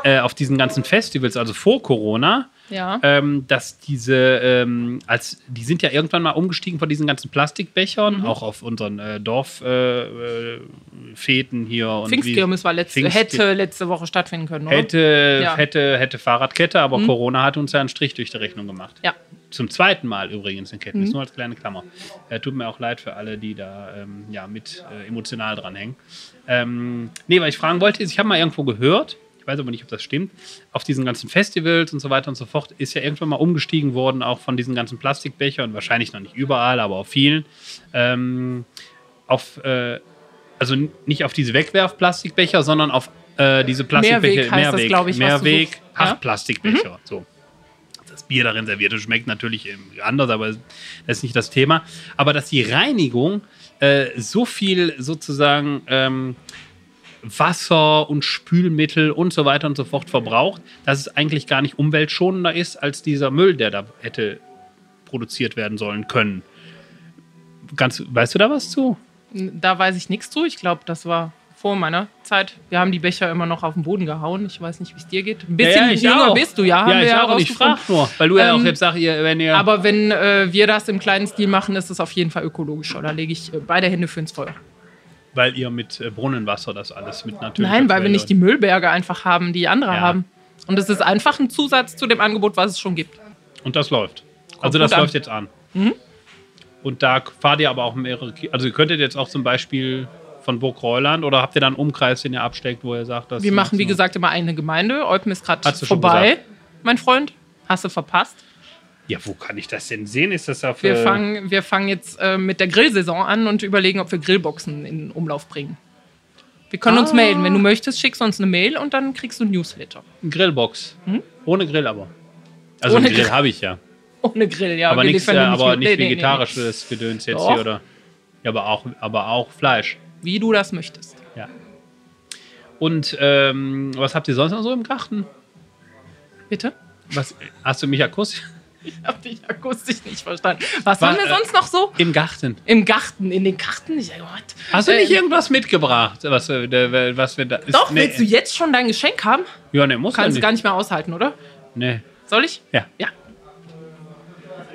äh, auf diesen ganzen Festivals, also vor Corona, Ja. ähm, dass diese, ähm, als die sind ja irgendwann mal umgestiegen von diesen ganzen Plastikbechern, Mhm. auch auf unseren äh, Dorffäten äh, Feten hier. und Pfingstkirmes wie- war letzte, Pfingst- hätte letzte Woche stattfinden können, oder? Hätte, Ja. Mhm. hätte, hätte Fahrradkette, aber Corona hat uns ja einen Strich durch die Rechnung gemacht. Ja. Mhm. Zum zweiten Mal übrigens in Kenntnis, nur als kleine Klammer. Äh, tut mir auch leid für alle, die da ähm, ja, mit äh, emotional dranhängen. Ähm, nee, weil ich fragen wollte, ist, ich habe mal irgendwo gehört, ich weiß aber nicht, ob das stimmt, auf diesen ganzen Festivals und so weiter und so fort ist ja irgendwann mal umgestiegen worden, auch von diesen ganzen Plastikbechern, wahrscheinlich noch nicht überall, aber auf vielen, ähm, auf, äh, also n- nicht auf diese Wegwerfplastikbecher, sondern auf äh, diese Plastikbecher, Mehrweg heißt das, glaub ich, was du Mehrweg, suchst. Ja. Mhm. Pappplastikbecher, so das Bier darin serviert. Das schmeckt natürlich ähm, anders, aber das ist nicht das Thema. Aber dass die Reinigung äh, so viel sozusagen ähm, Wasser und Spülmittel und so weiter und so fort verbraucht, dass es eigentlich gar nicht umweltschonender ist als dieser Müll, der da hätte produziert werden sollen können. Ganz, weißt du da was zu? Da weiß ich nichts zu. Ich glaube, das war vor meiner Zeit. Wir haben die Becher immer noch auf den Boden gehauen. Ich weiß nicht, wie es dir geht. Ein bisschen ich jünger auch. bist du, ja. Haben ja, wir ich ja auch. Ich rausgefunden. frag nur, weil du ja auch Ähm, jetzt sagst, ihr, wenn ihr. Aber wenn äh, wir das im kleinen Stil machen, ist es auf jeden Fall ökologischer. Da lege ich äh, beide Hände für ins Feuer. weil ihr mit äh, Brunnenwasser das alles mit natürlich. Nein, weil wir nicht die Müllberge einfach haben, die andere Ja. haben. Und es ist einfach ein Zusatz zu dem Angebot, was es schon gibt. Und das läuft. also das gut an. Mhm. läuft jetzt an. Und da fahrt ihr aber auch mehrere. Ki also ihr könntet jetzt auch zum Beispiel von Burg Reuland oder habt ihr dann einen Umkreis, den ihr absteckt, wo ihr sagt, dass Wir machen, wie so- gesagt, immer eine Gemeinde. Eupen ist gerade Hast du schon vorbei, mein Freund. Hast du verpasst? Ja, wo kann ich das denn sehen? Ist das auf? Wir, äh, fangen, wir fangen jetzt äh, mit der Grillsaison an und überlegen, ob wir Grillboxen in Umlauf bringen. Wir können Ah. uns melden. Wenn du möchtest, schickst du uns eine Mail und dann kriegst du ein Newsletter. *laughs* eine Grillbox. Ohne Grill aber. Also Hm? Ohne einen Grill Grill. habe ich ja, Ohne Grill, ja. aber wir nichts, äh, liefern den aber mit. nicht Nee, nee, nee, vegetarisches Gedöns jetzt Doch. hier oder. Ja, aber auch, aber auch Fleisch. nee. Wie du das möchtest. Ja. Und ähm, was habt ihr sonst noch so im Garten? Bitte? *laughs* Was hast du mich akustisch? Ich habe dich akustisch nicht verstanden. Was haben War, wir äh, sonst noch so? *laughs* Im Garten. Im Garten, in den Garten? Ich, oh Gott. Hast du nicht Ähm, irgendwas mitgebracht, was, wir- der- was wir da. Ist, Doch, willst du jetzt schon dein Geschenk haben? Ja, ne, muss Kannst du ja gar nicht. nicht mehr aushalten, oder? Nee. Soll ich? Ja. Ja.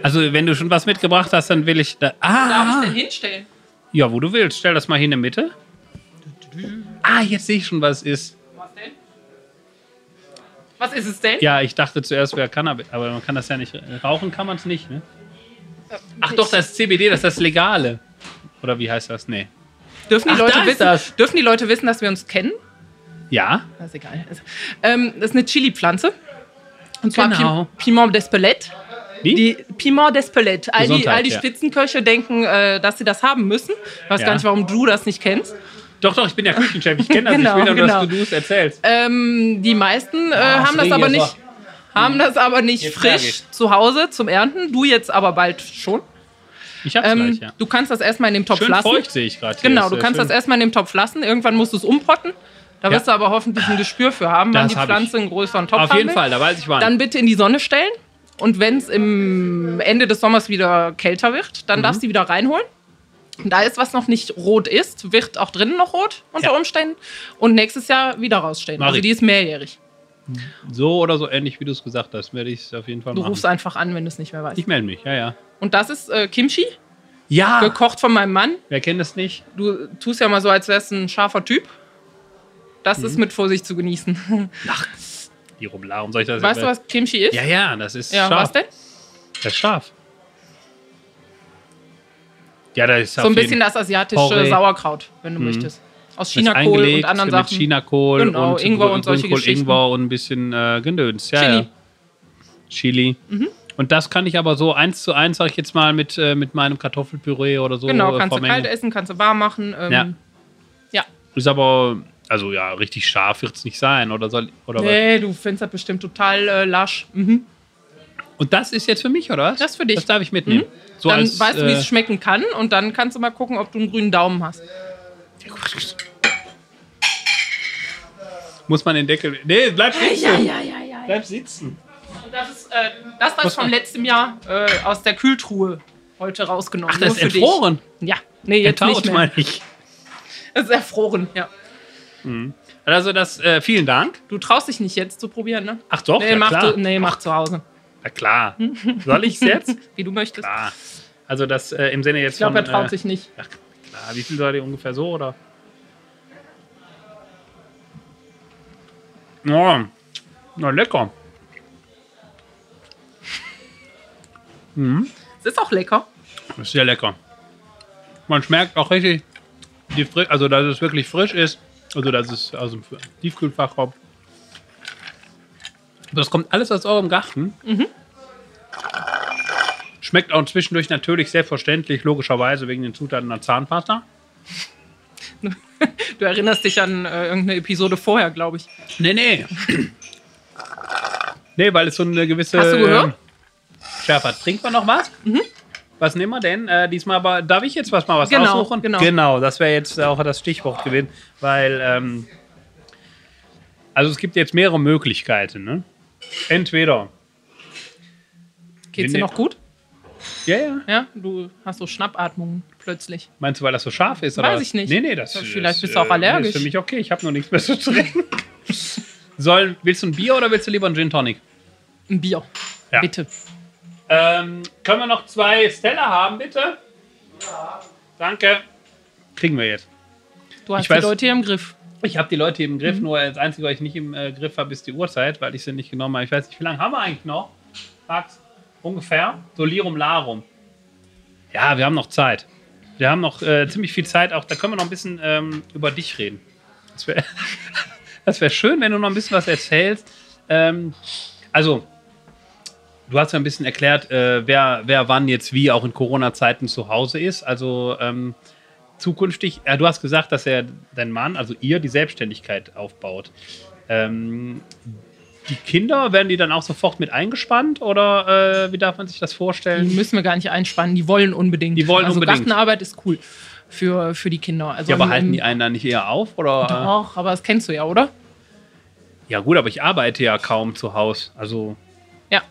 Also, wenn du schon was mitgebracht hast, dann will ich. Da, Darf ich ah! denn hinstellen? Ja, wo du willst. Stell das mal hier in der Mitte. Ah, jetzt sehe ich schon, was es ist. Was denn? Was ist es denn? Ja, ich dachte zuerst, wäre Cannabis. Aber man kann das ja nicht. Rauchen kann man es nicht, ne? Äh, Ach doch, das ist CBD, das ist das Legale. Oder wie heißt das? Nee. Dürfen die, Ach, Leute da ist wissen, das. dürfen die Leute wissen, dass wir uns kennen? Ja? Das ist egal. Ähm, das ist eine Chili-Pflanze. Und zwar Genau. Pi Piment d'Espelette. Wie? Die Piment d'Espelette. All die, Gesundheit, all die ja. Spitzenköche denken, äh, dass sie das haben müssen. Ich weiß Ja. gar nicht, warum du das nicht kennst. Doch, doch, ich bin ja Küchenchef. Ich *laughs* kenne das. Genau, ich will nur, genau. dass du es erzählst. Ähm, die meisten Ah, äh, haben das riecht aber jetzt nicht, haben das aber nicht Hm. Jetzt merk frisch ich. zu Hause zum Ernten. Du jetzt aber bald schon. Ich hab's Ähm, gleich, ja. Du kannst das erstmal in dem Topf Schön lassen. feucht sehe ich gerade. Genau, du kannst das erstmal in dem Topf lassen. Irgendwann musst du es umpotten. Da Ja. wirst du aber hoffentlich ein Gespür für haben, wann Das die hab ich. Pflanze einen größeren Topf Auf jeden haben will. Fall, da weiß ich wann. Dann bitte in die Sonne stellen. Und wenn es im Ende des Sommers wieder kälter wird, dann Mhm. darfst du die wieder reinholen. Und da ist, was noch nicht rot ist, wird auch drinnen noch rot unter Ja. Umständen. Und nächstes Jahr wieder rausstellen. Mach Also ich. die ist mehrjährig. So oder so ähnlich, wie du es gesagt hast, werde ich es auf jeden Fall Du machen. rufst einfach an, wenn du es nicht mehr weißt. ich Ah. melde mich, ja, ja. Und das ist äh, Kimchi, Ja! gekocht von meinem Mann. Wer kennt das nicht? Du tust ja mal so, als wärst du ein scharfer Typ. Das Mhm. ist mit Vorsicht zu genießen. Die Rumla, warum soll ich das Weißt du, was Kimchi ist? Ja, ja, das ist Ja, scharf. was denn? Das ist scharf. Ja, da ist So ein bisschen das asiatische Porree. Mhm. Sauerkraut, wenn du möchtest. Aus Chinakohl und anderen mit Sachen. Chinakohl Genau, und Ingwer und solche Grünkohl, Geschichten. Ingwer und ein bisschen äh, Gedöns. Ja, Chili. Mhm. Ja. Chili. Und das kann ich aber so eins zu eins, sag ich jetzt mal, mit, äh, mit meinem Kartoffelpüree oder so Genau, äh, kannst du vermengen. kalt essen, kannst du warm machen. Ähm, Ja. ja. Ist aber, also ja, richtig scharf wird es nicht sein oder soll, oder was? Nee, du findest das bestimmt total äh, lasch. Mhm. Und das ist jetzt für mich, oder was? Das ist für dich. Mhm. Das darf ich mitnehmen. So dann als, weißt du, wie äh, es schmecken kann und dann kannst du mal gucken, ob du einen grünen Daumen hast. äh, Muss man den Deckel. Nee, bleib sitzen. Ja, ja, ja, ja. ja. Bleib sitzen. Und das ist äh, das, was vom letzten Jahr äh, aus der Kühltruhe heute rausgenommen Ach, das ist Nur für erfroren. Dich. Ja, nee, jetzt Ertaut, nicht mehr. meine ich. Es ist erfroren, ja. Also, das, äh, vielen Dank. Du traust dich nicht jetzt zu probieren, ne? Ach doch, nee, ja, mach, klar. du, nee, mach zu Hause, Na klar. Soll ich es jetzt? *laughs* wie du möchtest. Klar. Also, das äh, im Sinne jetzt Ich glaube, von. er traut äh, sich nicht. Ach, klar. Wie viel soll die ungefähr so, oder? Ja, na lecker. Es ist auch lecker. Das ist sehr lecker. Man schmeckt auch richtig, die Fri also dass es wirklich frisch ist. Also dass es aus dem Tiefkühlfach kommt. Das kommt alles aus eurem Garten. Schmeckt auch zwischendurch natürlich selbstverständlich, logischerweise wegen den Zutaten der Zahnpasta. Du erinnerst dich an äh, irgendeine Episode vorher, glaube ich. Nee, nee. nee, weil es so eine gewisse Hast du gehört? Mhm. äh, Schärfe hat. Trinken wir noch was? Was nehmen wir denn? Äh, diesmal aber, darf ich jetzt was mal was Genau, aussuchen? genau. genau das wäre jetzt auch das Stichwort gewesen, weil ähm, also es gibt jetzt mehrere Möglichkeiten. Ne? Entweder, Geht's Nee, dir nee. noch gut? ja, ja, Ja, du hast so Schnappatmungen plötzlich. meinst du, weil das so scharf ist? Weiß was? ich nicht. Nee, nee, das Ja, das, vielleicht bist du auch äh, nee, allergisch. Ist für mich okay, ich habe noch nichts mehr zu trinken. *laughs* Soll, willst du ein Bier oder willst du lieber einen Gin Tonic? Ein Bier. Ja. Bitte. Ähm, können wir noch zwei Stella haben, bitte? Ja. Danke. Kriegen wir jetzt. Du hast Ich die weiß- Leute hier im Griff. Ich habe die Leute im Griff, nur das Einzige, was ich nicht im äh, Griff habe, ist die Uhrzeit, weil ich sie nicht genommen habe. Ich weiß nicht, wie lange haben wir eigentlich noch? Max, ungefähr? So Lirum Larum. Ja, wir haben noch Zeit. Wir haben noch äh, ziemlich viel Zeit, auch da können wir noch ein bisschen ähm, über dich reden. Das wäre *laughs* das wär schön, wenn du noch ein bisschen was erzählst. Ähm, also, du hast ja ein bisschen erklärt, äh, wer, wer wann jetzt wie auch in Corona-Zeiten zu Hause ist. Also, ähm, zukünftig, ja, du hast gesagt, dass er dein Mann, also ihr, die Selbstständigkeit aufbaut. Ähm, die Kinder, werden die dann auch sofort mit eingespannt oder äh, wie darf man sich das Die vorstellen? müssen wir gar nicht einspannen. Die wollen unbedingt. Die wollen also unbedingt. Gartenarbeit ist cool für, für die Kinder. Also Ja, aber im- halten im- die einen da nicht eher auf? Oder? Doch, aber das kennst du ja, oder? Ja, gut, aber ich arbeite ja kaum zu Hause. Also, Ja.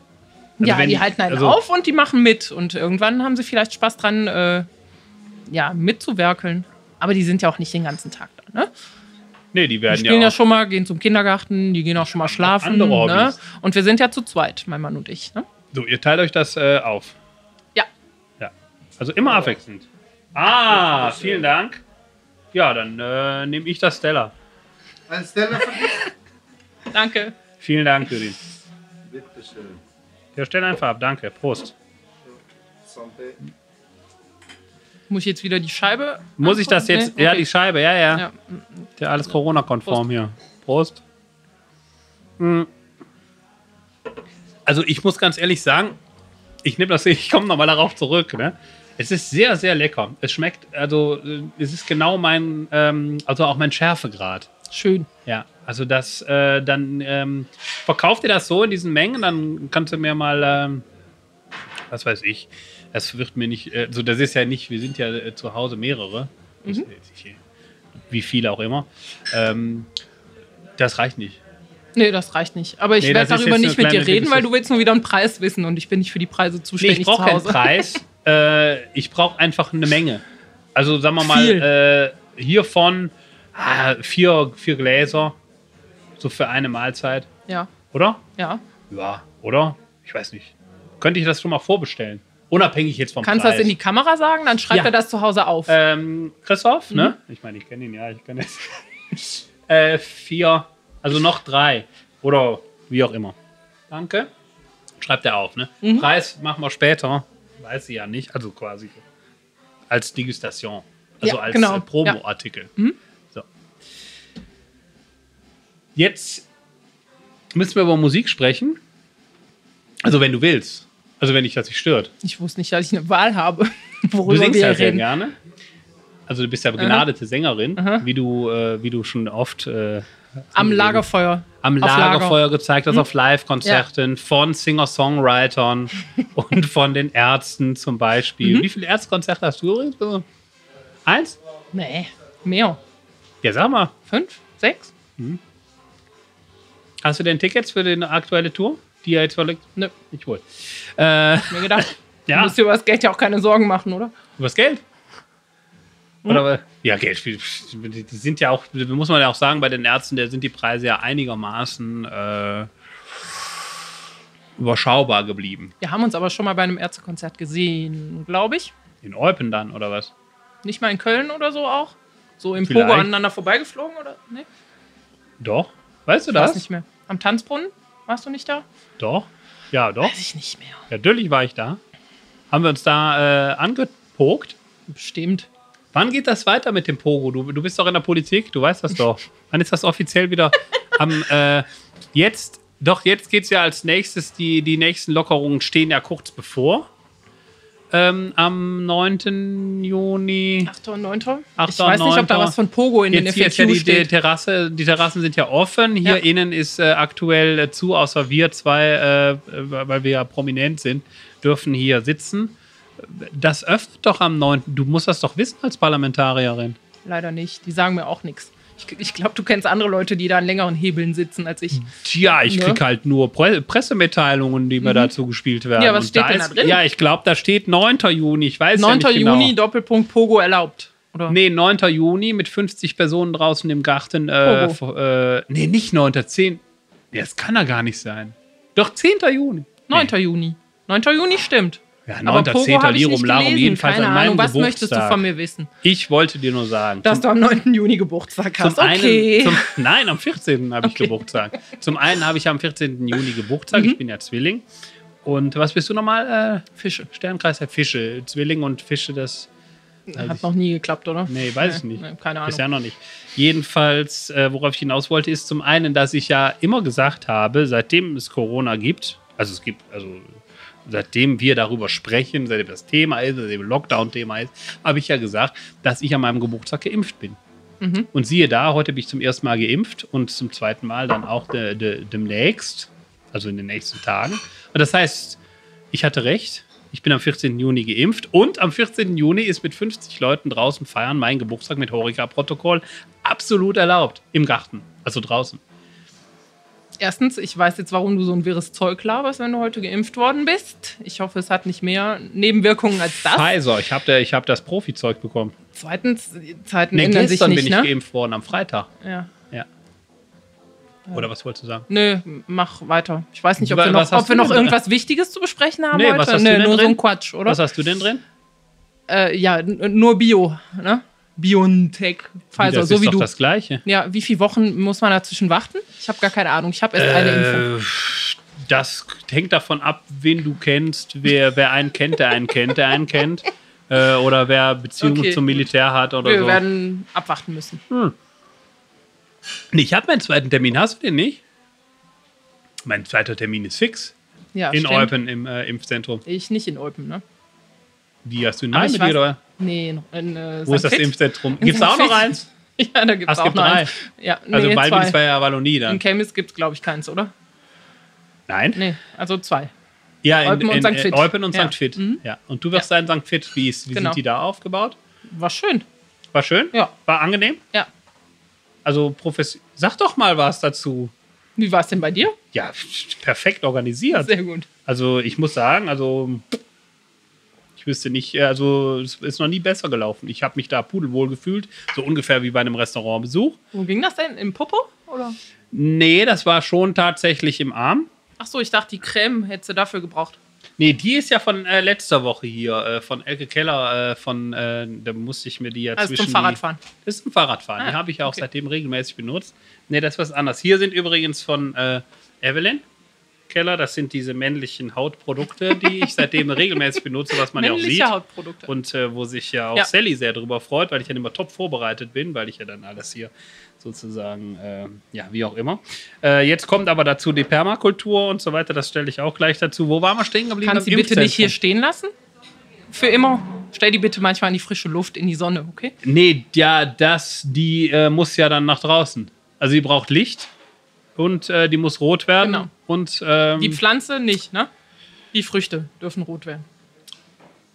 Also ja, wenn die die- halten einen also- auf und die machen mit. Und irgendwann haben sie vielleicht Spaß dran, äh, ja, mitzuwerkeln. Aber die sind ja auch nicht den ganzen Tag da, ne? nee, die Die werden spielen ja, ja. Auch, schon mal, gehen zum Kindergarten, die gehen auch schon mal schlafen. andere ne? Hobbys. Und wir sind ja zu zweit, mein Mann und ich. Ne? so, ihr teilt euch das äh, auf. Ja. Ja. Also immer abwechselnd. Ah, vielen Dank. Ja, dann äh, nehme ich das Stella. Ein Stella für dich. Danke. Vielen Dank, Judin. Bitte schön. Ja, stell einfach ab. Danke. Prost. Santé. Muss ich jetzt wieder die Scheibe? Muss ich das jetzt? Nee? Ja, Okay. die Scheibe. Ja, ja. Ja. ja alles Corona-konform hier. Prost. Hm. Also ich muss ganz ehrlich sagen, ich nehme das, *laughs* ich komme nochmal darauf zurück. Ne? Es ist sehr, sehr lecker. Es schmeckt, also äh, es ist genau mein, ähm, also auch mein Schärfegrad. Schön. Ja, also das, äh, dann ähm, verkauft ihr das so in diesen Mengen, dann kannst du mir mal, ähm, was weiß ich, das wird mir nicht, äh, so das ist ja nicht, wir sind ja äh, zu Hause mehrere, Mhm. Das ist jetzt nicht, wie viele auch immer. Ähm, das reicht nicht. Nee, das reicht nicht. Aber ich Nee, werde das ist darüber jetzt nicht eine mit dir kleine reden, weil du Degustation. willst nur wieder einen Preis wissen und ich bin nicht für die Preise Nee, zuständig ich brauche zu keinen Hause. *laughs* Preis, äh, ich brauche einfach eine Menge. Also sagen wir Viel. mal, äh, hiervon ah, vier, vier Gläser, so für eine Mahlzeit, Ja, oder? ja. Ja, oder? Ich weiß nicht. Könnte ich das schon mal vorbestellen? Unabhängig jetzt vom Kannst du Preis. das in die Kamera sagen? Dann schreibt Ja. er das zu Hause auf. ähm, Christoph, ne? Ich meine, ich kenne ihn ja, ich kenne es. *laughs* äh, vier, also noch drei. Oder wie auch immer. Danke. Schreibt er auf, ne? Mhm. Preis machen wir später. Weiß sie ja nicht. Also quasi als Degustation. Also Ja, als genau. Mhm. äh, Promo-Artikel. So. Jetzt müssen wir über Musik sprechen. Also wenn du willst. Also wenn dich das nicht stört. ich wusste nicht, dass ich eine Wahl habe, *laughs* Du worüber singst wir ja hier sehr reden. gerne. Also du bist ja begnadete Sängerin, wie du, äh, wie du schon oft äh, Am Lagerfeuer. am Auf Lager. Hm? Lagerfeuer gezeigt hast, auf Live-Konzerten von Singer-Songwritern *laughs* und von den Mhm. Ärzten zum Beispiel. Wie viele Ärztekonzerte hast du übrigens? Also, Eins? Nee. Mehr. Ja, sag mal. Fünf? Sechs? Hast du denn Tickets für die aktuelle Tour? Die ja jetzt verlegt? Nö, Nicht wohl. Äh, hab mir gedacht. *laughs* Du ja, musst dir über das Geld ja auch keine Sorgen machen, oder? übers Geld. Oder, wa- ja, Geld. spielt- Die die sind ja auch, muss man ja auch sagen, bei den Ärzten, da sind die Preise ja einigermaßen äh, überschaubar geblieben. Wir haben uns aber schon mal bei einem Ärztekonzert gesehen, glaube ich. In Eupen dann, oder was? Nicht mal in Köln oder so auch. So im Vielleicht. Pogo aneinander vorbeigeflogen oder? Nee, Doch. Weißt du ich weiß das? nicht mehr. Am Tanzbrunnen? Warst du nicht da? Doch. Ja, doch. Weiß ich nicht mehr. Natürlich war ich da. Haben wir uns da äh, angepokt. Bestimmt. Wann geht das weiter mit dem Pogo? Du, du bist doch in der Politik, du weißt das doch. Wann ist das offiziell wieder *laughs* am äh, jetzt? Doch, jetzt geht es ja als nächstes, die, die nächsten Lockerungen stehen ja kurz bevor. Ähm, am 9. Juni. 8. und 9. Ich Achter und weiß nicht, ob da Neunter. was von Pogo in Jetzt, den hier FAQ ist ja die, die, steht. Terrasse, die Terrassen sind ja offen. Hier Ja. innen ist äh, aktuell äh, zu, außer wir zwei, äh, äh, weil wir ja prominent sind, dürfen hier sitzen. Das öffnet doch am 9. Du musst das doch wissen als Parlamentarierin. Leider nicht. Die sagen mir auch nichts. Ich, ich glaube, du kennst andere Leute, die da an längeren Hebeln sitzen als Hm. ich. Tja, ich Ne? Mhm. krieg halt nur Pre Pressemitteilungen, die mir dazu gespielt werden. Ja, was Und steht denn ist, da drin? Ja, ich glaube, da steht 9. Juni. Ich weiß 9. ja nicht genau. Juni, Doppelpunkt Pogo erlaubt. Oder? Nee, 9. Juni mit 50 Personen draußen im Garten. Äh, Oh, f- äh, nee, nicht 9. 10. Ja, das kann ja gar nicht sein. Doch, 10. Juni. 9. Juni. 9. Juni stimmt. Ja, Aber 9. Pogo 10. habe ich die nicht rum, Larum, gelesen. jedenfalls Keine an meinem Ahnung, was Geburtstag. möchtest du von mir wissen? Ich wollte dir nur sagen. Dass du am 9. Juni Geburtstag hast. Zum einen, okay. zum, nein, am 14. habe ich Okay. Mhm. Geburtstag. Zum einen habe ich am 14. Juni Geburtstag. Ich bin ja Zwilling. Und was bist du nochmal? Äh, Fische. Sternkreis der Fische. Zwilling und Fische, das. Hat noch nie geklappt, oder? Nee, weiß ich Nee, nicht. nee, keine Ahnung. Bisher noch nicht. Jedenfalls, äh, worauf ich hinaus wollte, ist zum einen, dass ich ja immer gesagt habe, seitdem es Corona gibt, also es gibt, also seitdem wir darüber sprechen, seitdem das Thema ist, seitdem Lockdown-Thema ist, habe ich ja gesagt, dass ich an meinem Geburtstag geimpft bin. Mhm. Und siehe da, heute bin ich zum ersten Mal geimpft und zum zweiten Mal dann auch de, de, demnächst, also in den nächsten Tagen. Und das heißt, ich hatte recht. Ich bin am 14. Juni geimpft und am 14. Juni ist mit 50 Leuten draußen feiern mein Geburtstag mit Horeca-Protokoll absolut erlaubt. Im Garten, also draußen. Erstens, ich weiß jetzt, warum du so ein wirres Zeug laberst, wenn du heute geimpft worden bist. Ich hoffe, es hat nicht mehr Nebenwirkungen als das. Pfizer, ich habe ich hab das Profi-Zeug bekommen. Zweitens, die Zeiten Nee, ändern sich gestern nicht, bin ich ne? geimpft worden, am Freitag. Ja. Ja. Oder was wolltest du sagen? Nö, mach weiter. Ich weiß nicht, ob Wa- wir was noch, hast ob wir du noch denn- irgendwas Wichtiges zu besprechen haben Nee, heute. was hast du denn nur so drin? ein Quatsch, oder? Was hast du denn drin? äh, ja, n- nur Bio, ne? BioNTech, Pfizer, das so ist wie doch du. das Gleiche. Ja, wie viele Wochen muss man dazwischen warten? Ich habe gar keine Ahnung. Ich habe erst eine Info. Äh, das hängt davon ab, wen du kennst, wer, wer einen kennt, der einen kennt, der einen kennt. Äh, oder wer Beziehungen Okay, zum gut. Militär hat oder Wir so. werden abwarten müssen. Nee, ich habe meinen zweiten Termin. Hast du den nicht? Mein zweiter Termin ist fix. Ja, in stimmt. Eupen im äh, Impfzentrum. Ich nicht in Olpen, ne? Die hast du in Aber Mai ich mit weiß- dir, oder? Nee, noch in äh, Wo ist das St. Fit. Impfzentrum? In Gibt es da auch St. noch Fit. eins? *laughs* Ja, da gibt's Ah, es auch gibt noch drei. eins. Ja, nee, Also bald bin zwei. ich bei der Wallonie In dann. Chemnitz gibt's glaube ich, keins, oder? Nein? Nee, also zwei. Ja, in Eupen und in- St. in Fit. Eupen und Ja. Mhm. St. Fit. Ja. Und du wirst sein St. Fit. Wie, ist, wie Genau. sind die da aufgebaut? War schön. War schön? Ja. War angenehm? Ja. Also, Professor, sag doch mal was dazu. Wie war es denn bei dir? Ja, perfekt organisiert. Sehr gut. Also ich muss sagen, also ich wüsste nicht, äh, also es ist noch nie besser gelaufen. Ich habe mich da pudelwohl gefühlt, so ungefähr wie bei einem Restaurantbesuch. Wo ging das denn? Im Popo? Oder? Nee, das war schon tatsächlich im Arm. Ach so, ich dachte, die Creme hättest du dafür gebraucht. Nee, die ist ja von äh, letzter Woche hier, äh, von Elke Keller, äh, von, äh, da musste ich mir die ja Also zwischen... zum Fahrradfahren. Die, ist zum Fahrradfahren, die Ah, habe ich ja auch okay. seitdem regelmäßig benutzt. Nee, das ist was anderes. Hier sind übrigens von äh, Evelyn Keller, das sind diese männlichen Hautprodukte, die ich seitdem regelmäßig benutze, was man ja auch sieht. Männliche Hautprodukte. Und äh, wo sich ja auch Ja. Sally sehr drüber freut, weil ich ja immer top vorbereitet bin, weil ich ja dann alles hier sozusagen, äh, ja, wie auch immer. Äh, jetzt kommt aber dazu die Permakultur und so weiter, das stelle ich auch gleich dazu. Wo waren wir stehen geblieben? Kannst Beim sie bitte nicht hier Impfzentrum. stehen lassen? Für immer. Stell die bitte manchmal in die frische Luft, in die Sonne, okay? Nee, ja, das, die äh, muss ja dann nach draußen. Also die braucht Licht und äh, die muss rot werden. Genau. Und ähm, Die Pflanze nicht, ne? Die Früchte dürfen rot werden.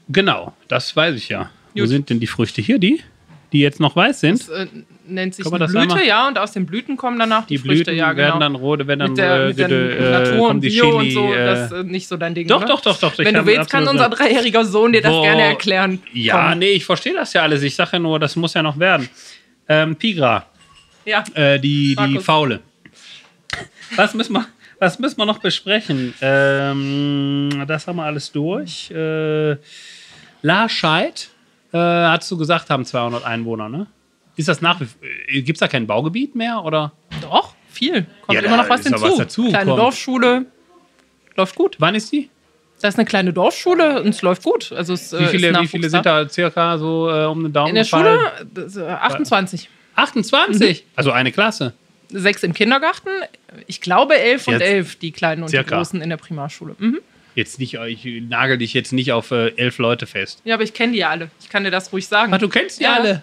genau, das weiß ich ja. Wo Gut. sind denn die Früchte hier, die? die jetzt noch weiß sind. Das äh, nennt sich Kann man das eine Blüte, einmal- ja, und aus den Blüten kommen danach die, Die Blüten Früchte, ja, genau. werden dann rote, werden dann mit der, äh, mit der gede- äh, Natur und kommen die Bio Chili. und so, äh, das ist nicht so dein Ding. doch, oder? doch, doch, doch. ich ne? Wenn du kann willst, kann absolut unser sagen. dreijähriger Sohn dir das Boah. gerne erklären. Ja, Komm. nee, ich verstehe das ja alles. Ich sage ja nur, das muss ja noch werden. Ähm, Pigra, ja. äh, die, die Markus. Faule. Was müssen wir, was müssen wir noch besprechen? Ähm, das haben wir alles durch. Äh, Larscheid, äh, hast du gesagt, haben 200 Einwohner, ne? Ist das nach wie Gibt es da kein Baugebiet mehr? Oder? Doch, viel. Kommt Ja, immer da noch was ist ja hinzu. was dazu kleine gekommen. Dorfschule. Läuft gut. Wann ist die? Das ist eine kleine Dorfschule und es läuft gut. Also es, äh, Wie viele, ist wie Nachwuchs viele sind da? da circa so äh, um den Daumen In der gefallen? Schule Mhm. das, äh, 28. 28, also eine Klasse. Mhm. Sechs im Kindergarten. Ich glaube elf und Jetzt? elf, die Kleinen und die Circa. Großen in der Primarschule. Mhm. Jetzt nicht, äh, ich nagel dich jetzt nicht auf äh, elf Leute fest. Ja, aber ich kenne die ja alle. Ich kann dir das ruhig sagen. Ach, du kennst die Ja. alle?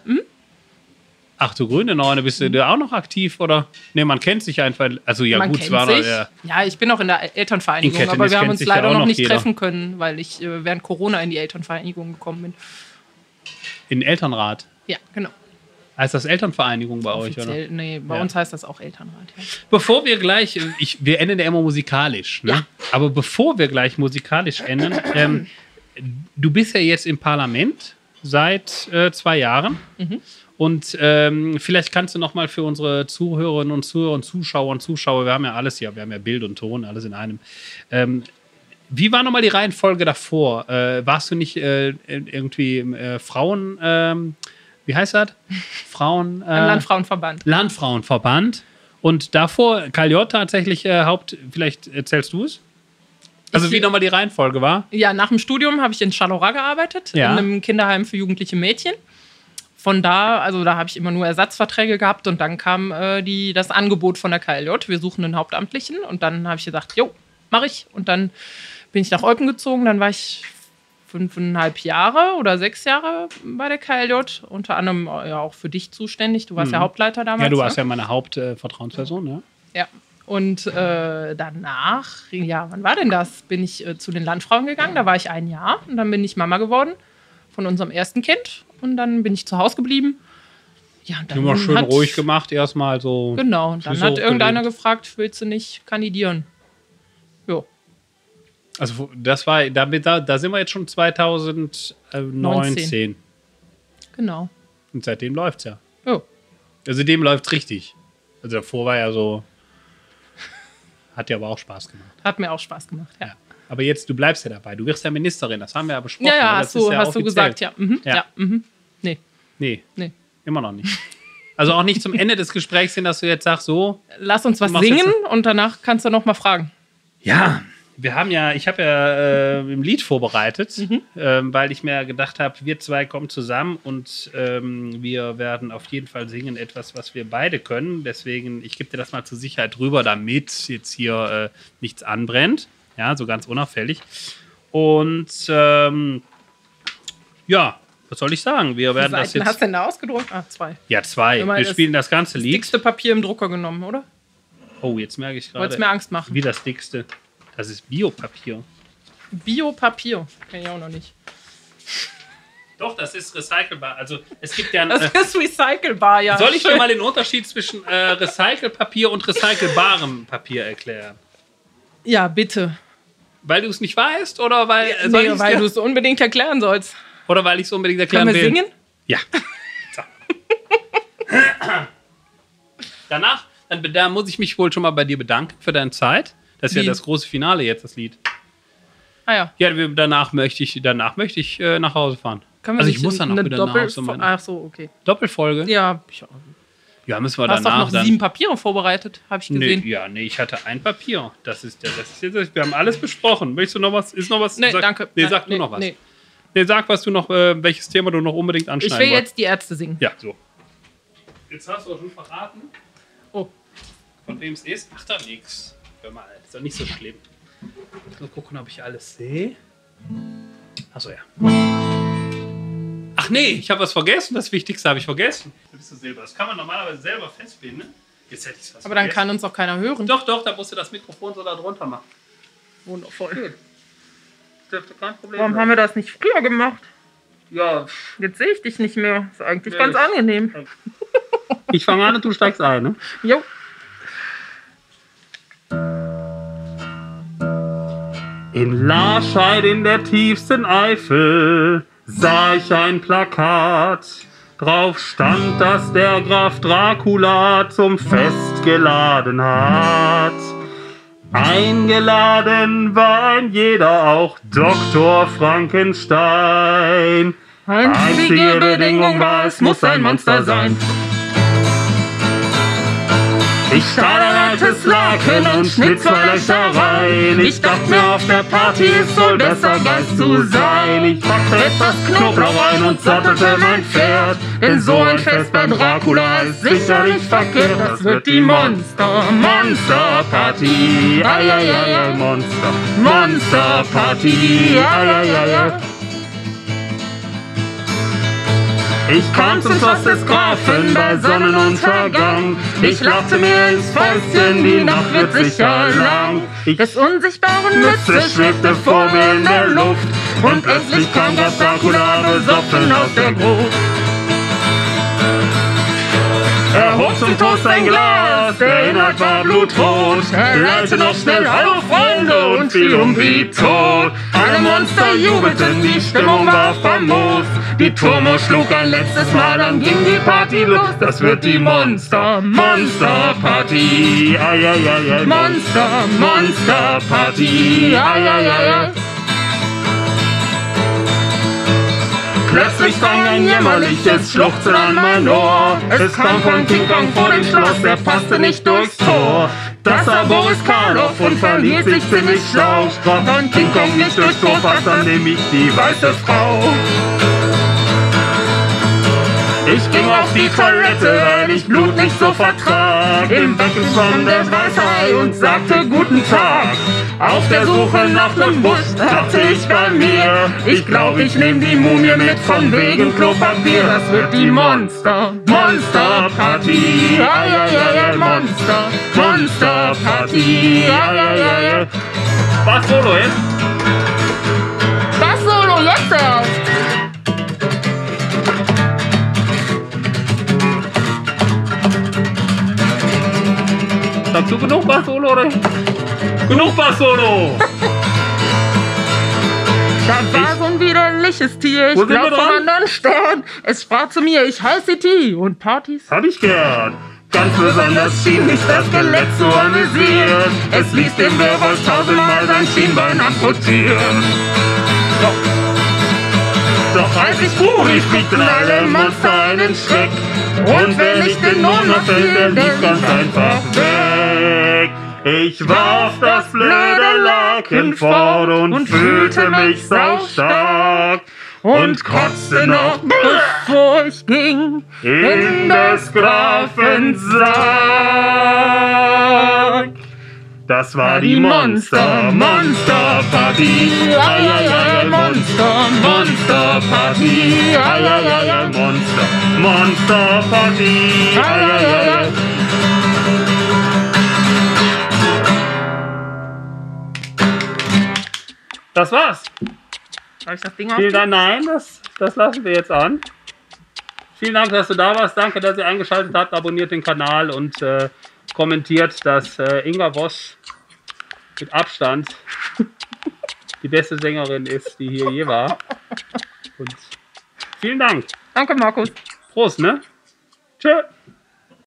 Ach du grüne Neune, bist du da auch noch aktiv, oder? Nee, man kennt sich einfach. Also ja Mhm. Man gut, kennt es war noch, sich. ja. Ja. ich bin auch in der Elternvereinigung, In Kettnitz aber wir haben kennt uns sich ja leider auch noch, noch nicht jeder. treffen können, weil ich äh, während Corona in die Elternvereinigung gekommen bin. in Elternrat. Ja, genau. Heißt das Elternvereinigung bei euch, oder? Offiziell, nee, bei Ja. uns heißt das auch Elternrat. Ja. Bevor wir gleich, äh, ich, wir enden ja immer musikalisch, ne? Ja. Aber bevor wir gleich musikalisch enden, ähm, du bist ja jetzt im Parlament seit äh, zwei Jahren. Und ähm, vielleicht kannst du noch mal für unsere Zuhörerinnen und Zuhörer und Zuschauer und Zuschauer, wir haben ja alles hier, wir haben ja Bild und Ton, alles in einem. Ähm, wie war nochmal die Reihenfolge davor? Äh, warst du nicht äh, irgendwie äh, Frauen, ähm, wie heißt das? Frauen. Äh, Im Landfrauenverband. Landfrauenverband. Und davor KJ tatsächlich äh, Haupt, vielleicht erzählst du es? Also Ich- wie nochmal die Reihenfolge war? Ja, nach dem Studium habe ich in Charleroi gearbeitet, Ja. in einem Kinderheim für jugendliche Mädchen. Von da, also da habe ich immer nur Ersatzverträge gehabt und dann kam äh, die, das Angebot von der KLJ, wir suchen einen Hauptamtlichen und dann habe ich gesagt, jo, mache ich. Und dann bin ich nach Olpen gezogen, dann war ich fünfeinhalb Jahre oder sechs Jahre bei der KLJ, unter anderem äh, ja auch für dich zuständig, du warst ja Hauptleiter damals. Mhm. Ja, du warst ne? ja meine Hauptvertrauensperson, äh, ne? ja. ja. Und äh, danach, ja, wann war denn das? Bin ich äh, zu den Landfrauen gegangen, da war ich ein Jahr und dann bin ich Mama geworden von unserem ersten Kind und dann bin ich zu Hause geblieben. Ja, und dann Immer schön hat, ruhig gemacht, erstmal so. Genau, und dann Füße hat irgendeiner hochgelegt. gefragt, willst du nicht kandidieren? Jo, Also das war, da, da, da sind wir jetzt schon 2019. Neunzehn. genau. Und seitdem läuft's ja. Jo. Also dem läuft's richtig. Also davor war ja so, hat ja aber auch Spaß gemacht. Hat mir auch Spaß gemacht, ja. Ja. Aber jetzt, du bleibst ja dabei. Du wirst ja Ministerin, das haben wir ja besprochen. Ja, ja, aber das hast, du, ist hast du offiziell. gesagt, ja. Mhm, Ja. ja. mhm. Nee, Nee, nee. Immer noch nicht. Also auch nicht zum Ende des Gesprächs hin, dass du jetzt sagst, so. Lass uns was machst jetzt singen und danach kannst du noch mal fragen. Ja, wir haben ja, ich habe ja äh, ein Lied vorbereitet, Mhm. ähm, weil ich mir gedacht habe, wir zwei kommen zusammen und ähm, wir werden auf jeden Fall singen etwas, was wir beide können. Deswegen, ich gebe dir das mal zur Sicherheit rüber, damit jetzt hier äh, nichts anbrennt. Ja, so ganz unauffällig. Und ähm, ja, was soll ich sagen? Wir Wie werden das Seiten hast du jetzt. denn da ausgedruckt? Ah, zwei. Ja, zwei. Immer Wir das spielen das ganze Lied. Dickste Papier im Drucker genommen, oder? Oh, jetzt merke ich gerade. Wolltest mir Angst machen. Wie das dickste. Das ist Biopapier. Bio-Papier. Kenn ich auch noch nicht. Doch, das ist recycelbar. Also es gibt ja. Das *laughs* Äh, ist recycelbar, ja. soll ich dir mal den Unterschied zwischen äh, Recycelpapier und recycelbarem Papier erklären? Ja, bitte. Weil du es nicht weißt oder weil, äh, soll Nee, ich's weil dir- du es unbedingt erklären sollst. oder weil ich es unbedingt erklären Können wir will? singen? Ja. So. Danach, dann be- da muss ich mich wohl schon mal bei dir bedanken für deine Zeit. Das ist ja Wie? das große Finale jetzt, das Lied. Ah ja. Ja, wir- danach möchte ich, danach möchte ich äh, nach Hause fahren. Können wir also nicht ich muss dann auch eine wieder nach Doppel Hause. Meine. Ach so, okay. Doppelfolge? Ja, ich Ja, müssen wir hast doch danach noch dann. sieben Papiere vorbereitet, habe ich Nee, gesehen. ja, nee, ich hatte ein Papier. Das ist der, das ist jetzt, wir haben alles besprochen. Möchtest du noch was? Ist noch was? Nee, sag, danke. Nee, Nein, sag nee, du noch was. Nee. nee. sag, was du noch, äh, welches Thema du noch unbedingt Ich anschneiden will wolltest. jetzt die Ärzte singen. Ja, so. Jetzt hast du auch schon verraten. Oh. Von wem es ist? Ach, da nix. Hör mal, ist doch nicht so schlimm. Mal gucken, ob ich alles sehe. Achso, ja. Ach nee, ich habe was vergessen. Das Wichtigste habe ich vergessen. Da bist du selber. Das kann man normalerweise selber festbinden. Ne? Jetzt hätte ich es Aber dann kann uns auch keiner hören. Doch, doch, da musst du das Mikrofon so da drunter machen. Wundervoll. Dürfte kein Problem Warum haben wir das nicht früher gemacht? Ja, Jetzt sehe ich dich nicht mehr. Ist eigentlich Nee, ganz ich- angenehm. Ich fange an und du steigst ein, ne? Jo. In Larscheid in der tiefsten Eifel sah ich ein Plakat. Drauf stand, dass der Graf Dracula zum Fest geladen hat. Eingeladen war ein jeder, auch Dr. Frankenstein. Einzige Bedingung war, es muss ein Monster sein. Ich stahl ein altes Laken und schnitt zwei Löcher rein. Ich dachte mir auf der Party, es soll besser Geist zu sein. Ich packte etwas Knoblauch ein und sattelte mein Pferd. Denn so ein Fest bei Dracula ist sicherlich verkehrt. Das wird die Monster, Monsterparty. Ai, ai, ai, ai, Monster, Monsterparty. Ai, ai, ai, ai. Ich kam zum Schloss des Grafen bei Sonnenuntergang. Ich lachte mir ins Fäustchen, die Nacht wird sicher lang. Ich Des unsichtbaren Mütze Mütze schwebte vor mir in der Luft und plötzlich kam das Dracula besoffen aus der Gruft. Er hob zum Toast ein Glas, der Inhalt war blutrot. Er leite noch schnell Hallo Freunde und fiel um wie tot. Alle Monster jubelten, die Stimmung war famos. Die Turmo schlug ein letztes Mal, dann ging die Party los. Das wird die Monster, Monsterparty. Ai, ai, ai, ai, Monster, Monsterparty. Ai, ai, ai, ai. Plötzlich drang ein jämmerliches Schluchzen an mein Ohr. Es kam von King Kong vor dem Schloss, er passte nicht durchs Tor. Das sah Boris Karloff und verließ sich ziemlich schlau. Sprach von King Kong nicht durchs Tor, passt, dann nehm ich die weiße Frau. Ich ging auf die Toilette, weil ich Blut nicht so vertrag. Im Becken schwamm der Weißei und sagte Guten Tag. Auf der Suche nach dem Busch dachte ich bei mir, ich glaub, ich nehm die Mumie mit von wegen Klopapier. Das wird die Monster, Monsterparty. Ai, ai, ai, ai, Monster, Monsterparty. Ai, ai, ai, ai. Was Solo jetzt? Das Solo jetzt erst. Dazu genug Bass Solo oder? Genug Bass Solo! Da war so ein widerliches Tier. Wo Ich sind wir glaub vom dran? anderen Stern. Es sprach zu mir, ich heiße T. Und Partys. Hab ich gern. Ganz besonders schien mich das Skelett zu amüsieren. Es ließ dem Werwolf tausendmal sein Schienbein amputieren. Doch, doch als ich fuhr, ich kriegten alle Monster einen Schreck. Und wenn ich den Mond noch fällt, der lief ganz einfach weg. Ich warf das blöde Laken fort und fühlte mich saustark. Und kotzte noch bevor ich ging. in des Grafen Sarg. Das war die Monster, Monsterparty. Ai, ai, ai, Monster, Monsterparty. Ai, ai, ai, ai, Monster, Monsterparty. Ai, ai, ai, ai. Das war's. Habe ich das Ding Vielen aufgehört? Dank, nein, das, das lassen wir jetzt an. Vielen Dank, dass du da warst. Danke, dass ihr eingeschaltet habt. Abonniert den Kanal und äh, kommentiert, dass äh, Inga Voss mit Abstand die beste Sängerin ist, die hier je war. Und vielen Dank. Danke, Markus. Prost, ne? Tschö.